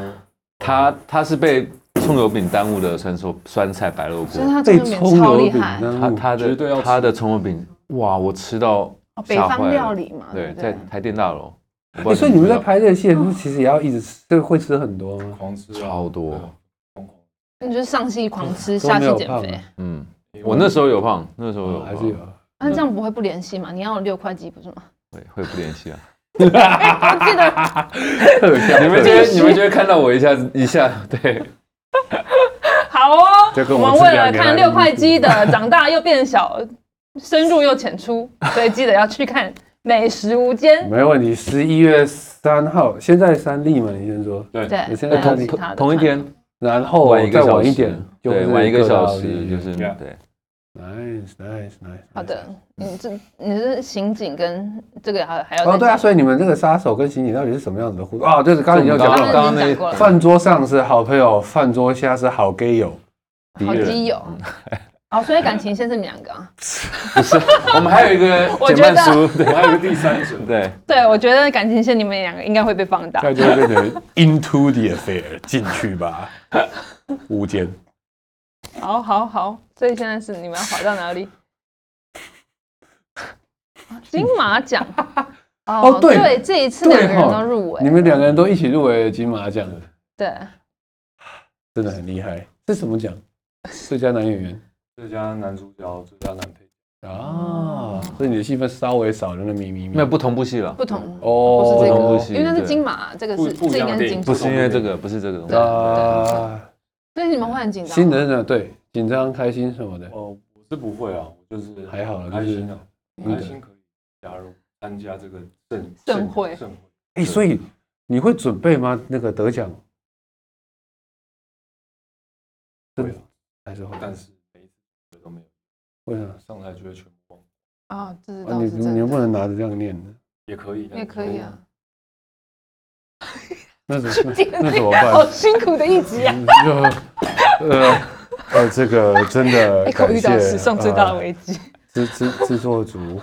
[SPEAKER 5] 它它是被葱油饼耽误的酸臭酸菜白肉
[SPEAKER 2] 所以
[SPEAKER 5] 锅，
[SPEAKER 2] 它
[SPEAKER 3] 被
[SPEAKER 2] 这个面
[SPEAKER 3] 葱
[SPEAKER 2] 超
[SPEAKER 3] 油
[SPEAKER 2] 厉
[SPEAKER 3] 饼
[SPEAKER 2] 害，
[SPEAKER 5] 它
[SPEAKER 3] 呢？
[SPEAKER 5] 它
[SPEAKER 4] 绝对要
[SPEAKER 5] 的
[SPEAKER 4] 吃
[SPEAKER 5] 它的葱油饼，哇，我吃到
[SPEAKER 2] 哦北
[SPEAKER 5] 吓坏
[SPEAKER 2] 方
[SPEAKER 5] 了
[SPEAKER 2] 料理嘛，对
[SPEAKER 5] 对，
[SPEAKER 2] 不
[SPEAKER 5] 在
[SPEAKER 2] 对？
[SPEAKER 5] 台电大楼。我不
[SPEAKER 3] 欸
[SPEAKER 5] 知道
[SPEAKER 3] 所以你们在
[SPEAKER 5] 知道
[SPEAKER 3] 拍这个戏的时候，其实也要一直吃，这个会吃很多吗？
[SPEAKER 4] 狂吃啊
[SPEAKER 5] 超多，
[SPEAKER 4] 疯狂
[SPEAKER 2] 你就是上戏狂吃，
[SPEAKER 3] 都
[SPEAKER 2] 下
[SPEAKER 3] 没
[SPEAKER 2] 戏
[SPEAKER 3] 有
[SPEAKER 2] 减
[SPEAKER 3] 胖
[SPEAKER 2] 肥
[SPEAKER 3] 啊，
[SPEAKER 5] 嗯，我那时候有胖，那时候有
[SPEAKER 3] 哦
[SPEAKER 5] 胖
[SPEAKER 3] 还是有。
[SPEAKER 2] 啊
[SPEAKER 3] <laughs>
[SPEAKER 2] 那这样不会不联系嘛？你要有六块肌不是吗？
[SPEAKER 5] 会会不联系啊？
[SPEAKER 2] 我记得
[SPEAKER 3] 特效，
[SPEAKER 5] <laughs> 你们就会你们就会看到我一下 <laughs> 子一下，对，
[SPEAKER 2] 好哦，
[SPEAKER 3] 就跟
[SPEAKER 2] 我
[SPEAKER 3] 我
[SPEAKER 2] 们
[SPEAKER 3] 之
[SPEAKER 2] 为
[SPEAKER 3] 前
[SPEAKER 2] 了
[SPEAKER 3] 给他
[SPEAKER 2] 看
[SPEAKER 3] 的
[SPEAKER 2] 六
[SPEAKER 3] 意
[SPEAKER 2] 块
[SPEAKER 3] 见
[SPEAKER 2] 肌
[SPEAKER 3] <laughs>
[SPEAKER 2] 的长大又变小，深入又浅出，所以记得要去看《美食无间》。
[SPEAKER 3] 没问题。十一月三号，现在三例嘛，你先说。
[SPEAKER 5] 对
[SPEAKER 2] 对，
[SPEAKER 3] 你现
[SPEAKER 2] 对
[SPEAKER 3] 在
[SPEAKER 2] <laughs> 还有
[SPEAKER 3] 同
[SPEAKER 2] 其他的
[SPEAKER 5] 同一
[SPEAKER 2] 看
[SPEAKER 5] 天
[SPEAKER 3] 然后
[SPEAKER 5] 哦晚一
[SPEAKER 3] 再
[SPEAKER 5] 个小时，
[SPEAKER 3] 晚一点，
[SPEAKER 5] 对，晚一个小时就是
[SPEAKER 4] Yeah
[SPEAKER 5] 对。
[SPEAKER 3] nice nice nice。
[SPEAKER 2] 好的，你这你是刑警跟这个还还要
[SPEAKER 3] 哦，
[SPEAKER 2] 再
[SPEAKER 3] 对啊，
[SPEAKER 2] 讲
[SPEAKER 3] 所以你们这个杀手跟刑警到底是什么样子的互动？哦，就是刚刚你就讲
[SPEAKER 2] 刚
[SPEAKER 3] 了，
[SPEAKER 2] 刚啊已经讲过了
[SPEAKER 3] 饭桌上是好朋友，饭桌下是好 gay 友。
[SPEAKER 2] 好
[SPEAKER 5] 人
[SPEAKER 2] 基 <laughs> 友。哦，所以感情线是你们两个啊。
[SPEAKER 5] 不是，我们还有一个
[SPEAKER 2] 我
[SPEAKER 5] 减
[SPEAKER 2] 觉得
[SPEAKER 5] 半书，对
[SPEAKER 4] 我还有一个第三者，
[SPEAKER 5] 对，
[SPEAKER 2] <laughs> 对，我觉得感情线你们两个应该会被放大。
[SPEAKER 3] 那就会变成 into the affair 进去吧，无间。
[SPEAKER 2] 好好好，所以现在是你们要滑到哪里？金马奖
[SPEAKER 3] 哦对
[SPEAKER 2] 这一次两个
[SPEAKER 3] 对
[SPEAKER 2] 人
[SPEAKER 3] 哦
[SPEAKER 2] 都入
[SPEAKER 3] 你
[SPEAKER 2] 围，
[SPEAKER 3] 们两个人都一起入围金马奖，
[SPEAKER 2] 对，
[SPEAKER 3] 真的很厉害。这什么奖？最佳男演员
[SPEAKER 4] 最佳男主角、最佳男配角。
[SPEAKER 3] 啊！所以你的戏份稍微少了那咪咪咪。
[SPEAKER 5] 没有不同部戏了，
[SPEAKER 2] 不同，
[SPEAKER 3] 哦
[SPEAKER 2] 不是这
[SPEAKER 5] 不同
[SPEAKER 2] 个，
[SPEAKER 5] 戏
[SPEAKER 2] 因为那是
[SPEAKER 5] 对
[SPEAKER 2] 金马，这个
[SPEAKER 4] 不
[SPEAKER 2] 是
[SPEAKER 4] 不一
[SPEAKER 2] 这应
[SPEAKER 4] 样
[SPEAKER 2] 该
[SPEAKER 4] 的
[SPEAKER 2] 是
[SPEAKER 4] 电
[SPEAKER 2] 金
[SPEAKER 4] 影
[SPEAKER 2] 马
[SPEAKER 5] 不，是因为这个，不是这个东西。
[SPEAKER 3] 啊，
[SPEAKER 2] 所以你们会很紧张
[SPEAKER 3] 新
[SPEAKER 2] 吗。
[SPEAKER 3] 人呢？对，紧张、开心什么的。
[SPEAKER 4] 哦，我是不会啊，我就是
[SPEAKER 3] 还好啦
[SPEAKER 4] 开
[SPEAKER 3] 就是
[SPEAKER 4] 心啊，
[SPEAKER 3] 嗯
[SPEAKER 4] 开心可以加入参加这个盛
[SPEAKER 2] 盛会
[SPEAKER 4] 盛会。
[SPEAKER 3] 哎，所以你会准备吗？那个得奖
[SPEAKER 4] 会啊
[SPEAKER 3] 还是会？
[SPEAKER 4] 但是每一次都没有
[SPEAKER 3] 为啥？
[SPEAKER 4] 上台就会全部忘，
[SPEAKER 2] 啊，这是
[SPEAKER 3] 啊
[SPEAKER 2] 倒
[SPEAKER 3] 你
[SPEAKER 2] 是
[SPEAKER 3] 你又
[SPEAKER 2] 真
[SPEAKER 3] 不
[SPEAKER 2] 的，
[SPEAKER 3] 能拿着这样念
[SPEAKER 2] <laughs>
[SPEAKER 3] 的，
[SPEAKER 4] 也可以，
[SPEAKER 2] 也可以啊。
[SPEAKER 3] 那怎么那
[SPEAKER 2] <laughs>
[SPEAKER 3] 那怎么办？
[SPEAKER 2] 好辛苦的一集啊！
[SPEAKER 3] 就 <laughs> 呃呃，这个
[SPEAKER 2] <laughs>
[SPEAKER 3] 真的
[SPEAKER 2] 哎一口
[SPEAKER 3] 感
[SPEAKER 2] 遇到
[SPEAKER 3] 谢
[SPEAKER 2] 史上最大的
[SPEAKER 3] 呃
[SPEAKER 2] 危机，
[SPEAKER 3] 制制制作组，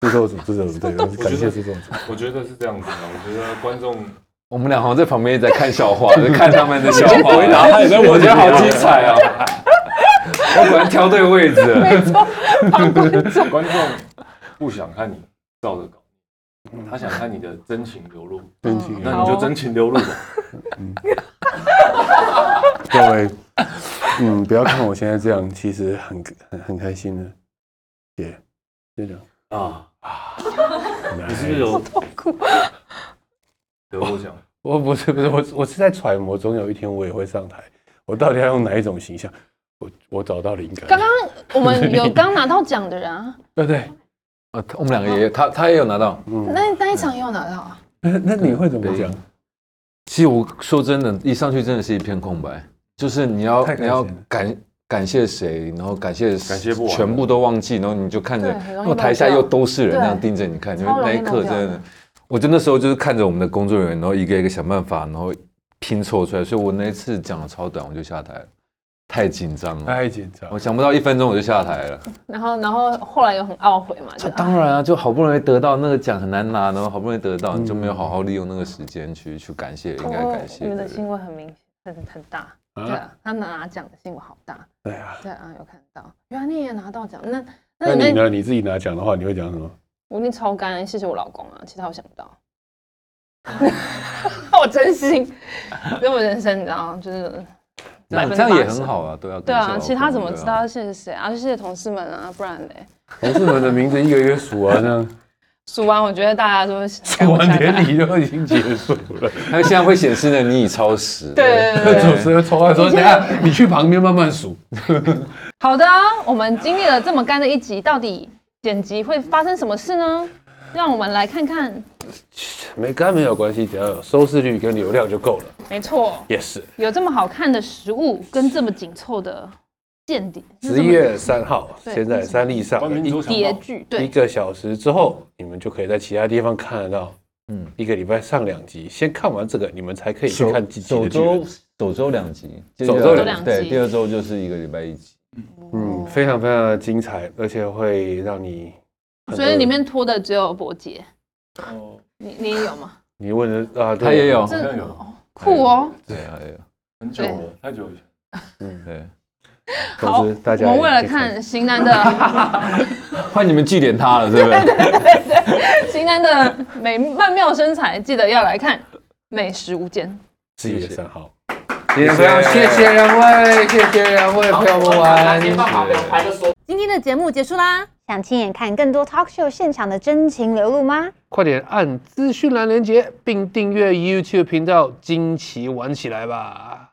[SPEAKER 3] 制作组制作组对，感谢制作组。
[SPEAKER 4] 我觉得是这样子的，我觉得观众
[SPEAKER 5] 我们俩好像在旁边一直在看笑话，就看他们的笑话，
[SPEAKER 3] 回答他也在问
[SPEAKER 5] 我觉得
[SPEAKER 3] 你啊
[SPEAKER 5] 好精彩啊！我果然挑对位置了，
[SPEAKER 4] 观众不想看你照着搞，他想看你的真情流露，
[SPEAKER 3] 真情
[SPEAKER 4] 那你就真情流露吧。
[SPEAKER 3] 各位， <laughs> 嗯，不要看我现在这样，其实很很很开心的，姐，就这样。
[SPEAKER 4] 啊，
[SPEAKER 3] 来
[SPEAKER 4] 你是不是有痛苦？得过奖？
[SPEAKER 3] 我不是不是我我是在揣摩，总有一天我也会上台，我到底要用哪一种形象？我我找到灵感。
[SPEAKER 2] 刚刚我们有刚拿到奖的人啊，
[SPEAKER 3] 对对，嗯
[SPEAKER 5] 呃，我们两个也，他他也有拿到。
[SPEAKER 2] 那那一场也有拿到啊，
[SPEAKER 3] 那那你会怎么讲？
[SPEAKER 5] 其实我说真的，一上去真的是一片空白，就是你要
[SPEAKER 3] 太开心
[SPEAKER 5] 你要
[SPEAKER 3] 了
[SPEAKER 5] 感感谢谁，然后感谢
[SPEAKER 4] 感谢不完
[SPEAKER 5] 全部都忘记，然后你就看着
[SPEAKER 2] 对很容易
[SPEAKER 5] 那台下
[SPEAKER 2] 漏掉
[SPEAKER 5] 又都是人
[SPEAKER 2] 对
[SPEAKER 5] 那样盯着你看，因为
[SPEAKER 2] 超容
[SPEAKER 5] 那
[SPEAKER 2] 易
[SPEAKER 5] 一刻
[SPEAKER 2] 漏
[SPEAKER 5] 真
[SPEAKER 2] 掉
[SPEAKER 5] 的，我就那时候就是看着我们的工作人员，然后一个一个想办法，然后拼凑出来，所以我那一次讲的超短，我就下台了，太紧张了，
[SPEAKER 3] 太紧张
[SPEAKER 5] 我。想不到一分钟我就下台了。
[SPEAKER 2] 然后然后后来又很懊悔嘛，就
[SPEAKER 5] 这当然啊，就好不容易得到那个奖很难拿，然后好不容易得到，你就没有好好利用那个时间去去感谢应该
[SPEAKER 2] 哦
[SPEAKER 5] 感谢
[SPEAKER 2] 你们
[SPEAKER 5] 的
[SPEAKER 2] 的
[SPEAKER 5] 人。
[SPEAKER 2] 新闻很明显，很很大。对啊，他们拿奖的新闻好大。
[SPEAKER 3] 对啊。
[SPEAKER 2] 对啊，有看到，原来你也拿到奖。那
[SPEAKER 3] 那
[SPEAKER 2] 啊那
[SPEAKER 3] 你
[SPEAKER 2] 你那
[SPEAKER 3] 呢？你自己拿奖的话，你会讲什么？
[SPEAKER 2] 我一定超干，谢谢我老公啊，其他我想不到。我真心，因为我人生你知道，就是
[SPEAKER 5] 那
[SPEAKER 2] 80%
[SPEAKER 5] 这样也很好啊，对啊。
[SPEAKER 2] 对啊，
[SPEAKER 5] 感谢
[SPEAKER 2] 其他
[SPEAKER 5] 老公
[SPEAKER 2] 怎么知道？谢谢谁啊？谢谢同事们啊，不然嘞，
[SPEAKER 3] 同事们的名字一个一个数啊，
[SPEAKER 2] <laughs>
[SPEAKER 3] 这样
[SPEAKER 2] 数完我觉得大家都会数
[SPEAKER 3] 数完典礼就已经结束了。
[SPEAKER 5] 对啊它现在会显示呢，你已超时。
[SPEAKER 2] <laughs> 对对对对对
[SPEAKER 3] 主持人抽话说：“等一下你去旁边慢慢数。
[SPEAKER 2] 好的，我们经历了这么干的一集，到底剪辑会发生什么事呢？让我们来看看。”
[SPEAKER 3] 没干没有关系，只要有收视率跟流量就够了。
[SPEAKER 2] 没错，
[SPEAKER 3] 也是，
[SPEAKER 2] 有这么好看的食物，跟这么紧凑的间谍，那
[SPEAKER 3] 十
[SPEAKER 2] 这
[SPEAKER 3] 一
[SPEAKER 2] 么
[SPEAKER 3] 月三号，
[SPEAKER 2] 对
[SPEAKER 3] 现在三立上
[SPEAKER 4] 关明
[SPEAKER 3] 一
[SPEAKER 4] 洲想
[SPEAKER 2] 谍
[SPEAKER 4] 到
[SPEAKER 2] 剧，
[SPEAKER 3] 一
[SPEAKER 2] 对，
[SPEAKER 3] 个小时之后，你们就可以在其他地方看得到。嗯
[SPEAKER 5] 嗯，
[SPEAKER 3] 一个礼拜上两集，先看完这个，你们才可以去
[SPEAKER 5] 首
[SPEAKER 3] 看几集
[SPEAKER 5] 首
[SPEAKER 3] 的剧本
[SPEAKER 5] 周。首周两集，接
[SPEAKER 3] 首
[SPEAKER 5] 下
[SPEAKER 3] 周
[SPEAKER 5] 来
[SPEAKER 2] 两集
[SPEAKER 5] 对，第二周就是一个礼拜一集。
[SPEAKER 3] 嗯，非常非常的精彩，而且会让你很多
[SPEAKER 2] 所以里面拖的只有伯杰，
[SPEAKER 4] 哦，
[SPEAKER 2] 你你也有吗？
[SPEAKER 3] 你问的啊，对
[SPEAKER 5] 他也有
[SPEAKER 4] 好像有
[SPEAKER 2] 哦酷哦，
[SPEAKER 5] 对啊，哎呀
[SPEAKER 4] 很久了，太久以前。
[SPEAKER 5] 对，
[SPEAKER 2] 好，
[SPEAKER 3] 总之哎大
[SPEAKER 2] 我
[SPEAKER 3] 家
[SPEAKER 2] 们
[SPEAKER 3] 也
[SPEAKER 2] 为了
[SPEAKER 3] 可以
[SPEAKER 2] 看型男的 <laughs>
[SPEAKER 5] 换你们祭奠他了，是不 <laughs> 是？
[SPEAKER 2] 型男的美曼妙身材，记得要来看《美食无间》。
[SPEAKER 3] 四月三号。今天非常谢谢两位，谢谢两位陪我们玩。
[SPEAKER 5] 对
[SPEAKER 7] 今天的节目结束啦，
[SPEAKER 6] 想亲眼看更多 talk show 现场的真情流露吗？
[SPEAKER 1] 快点按资讯栏连接，并订阅 YouTube 频道，惊奇玩起来吧！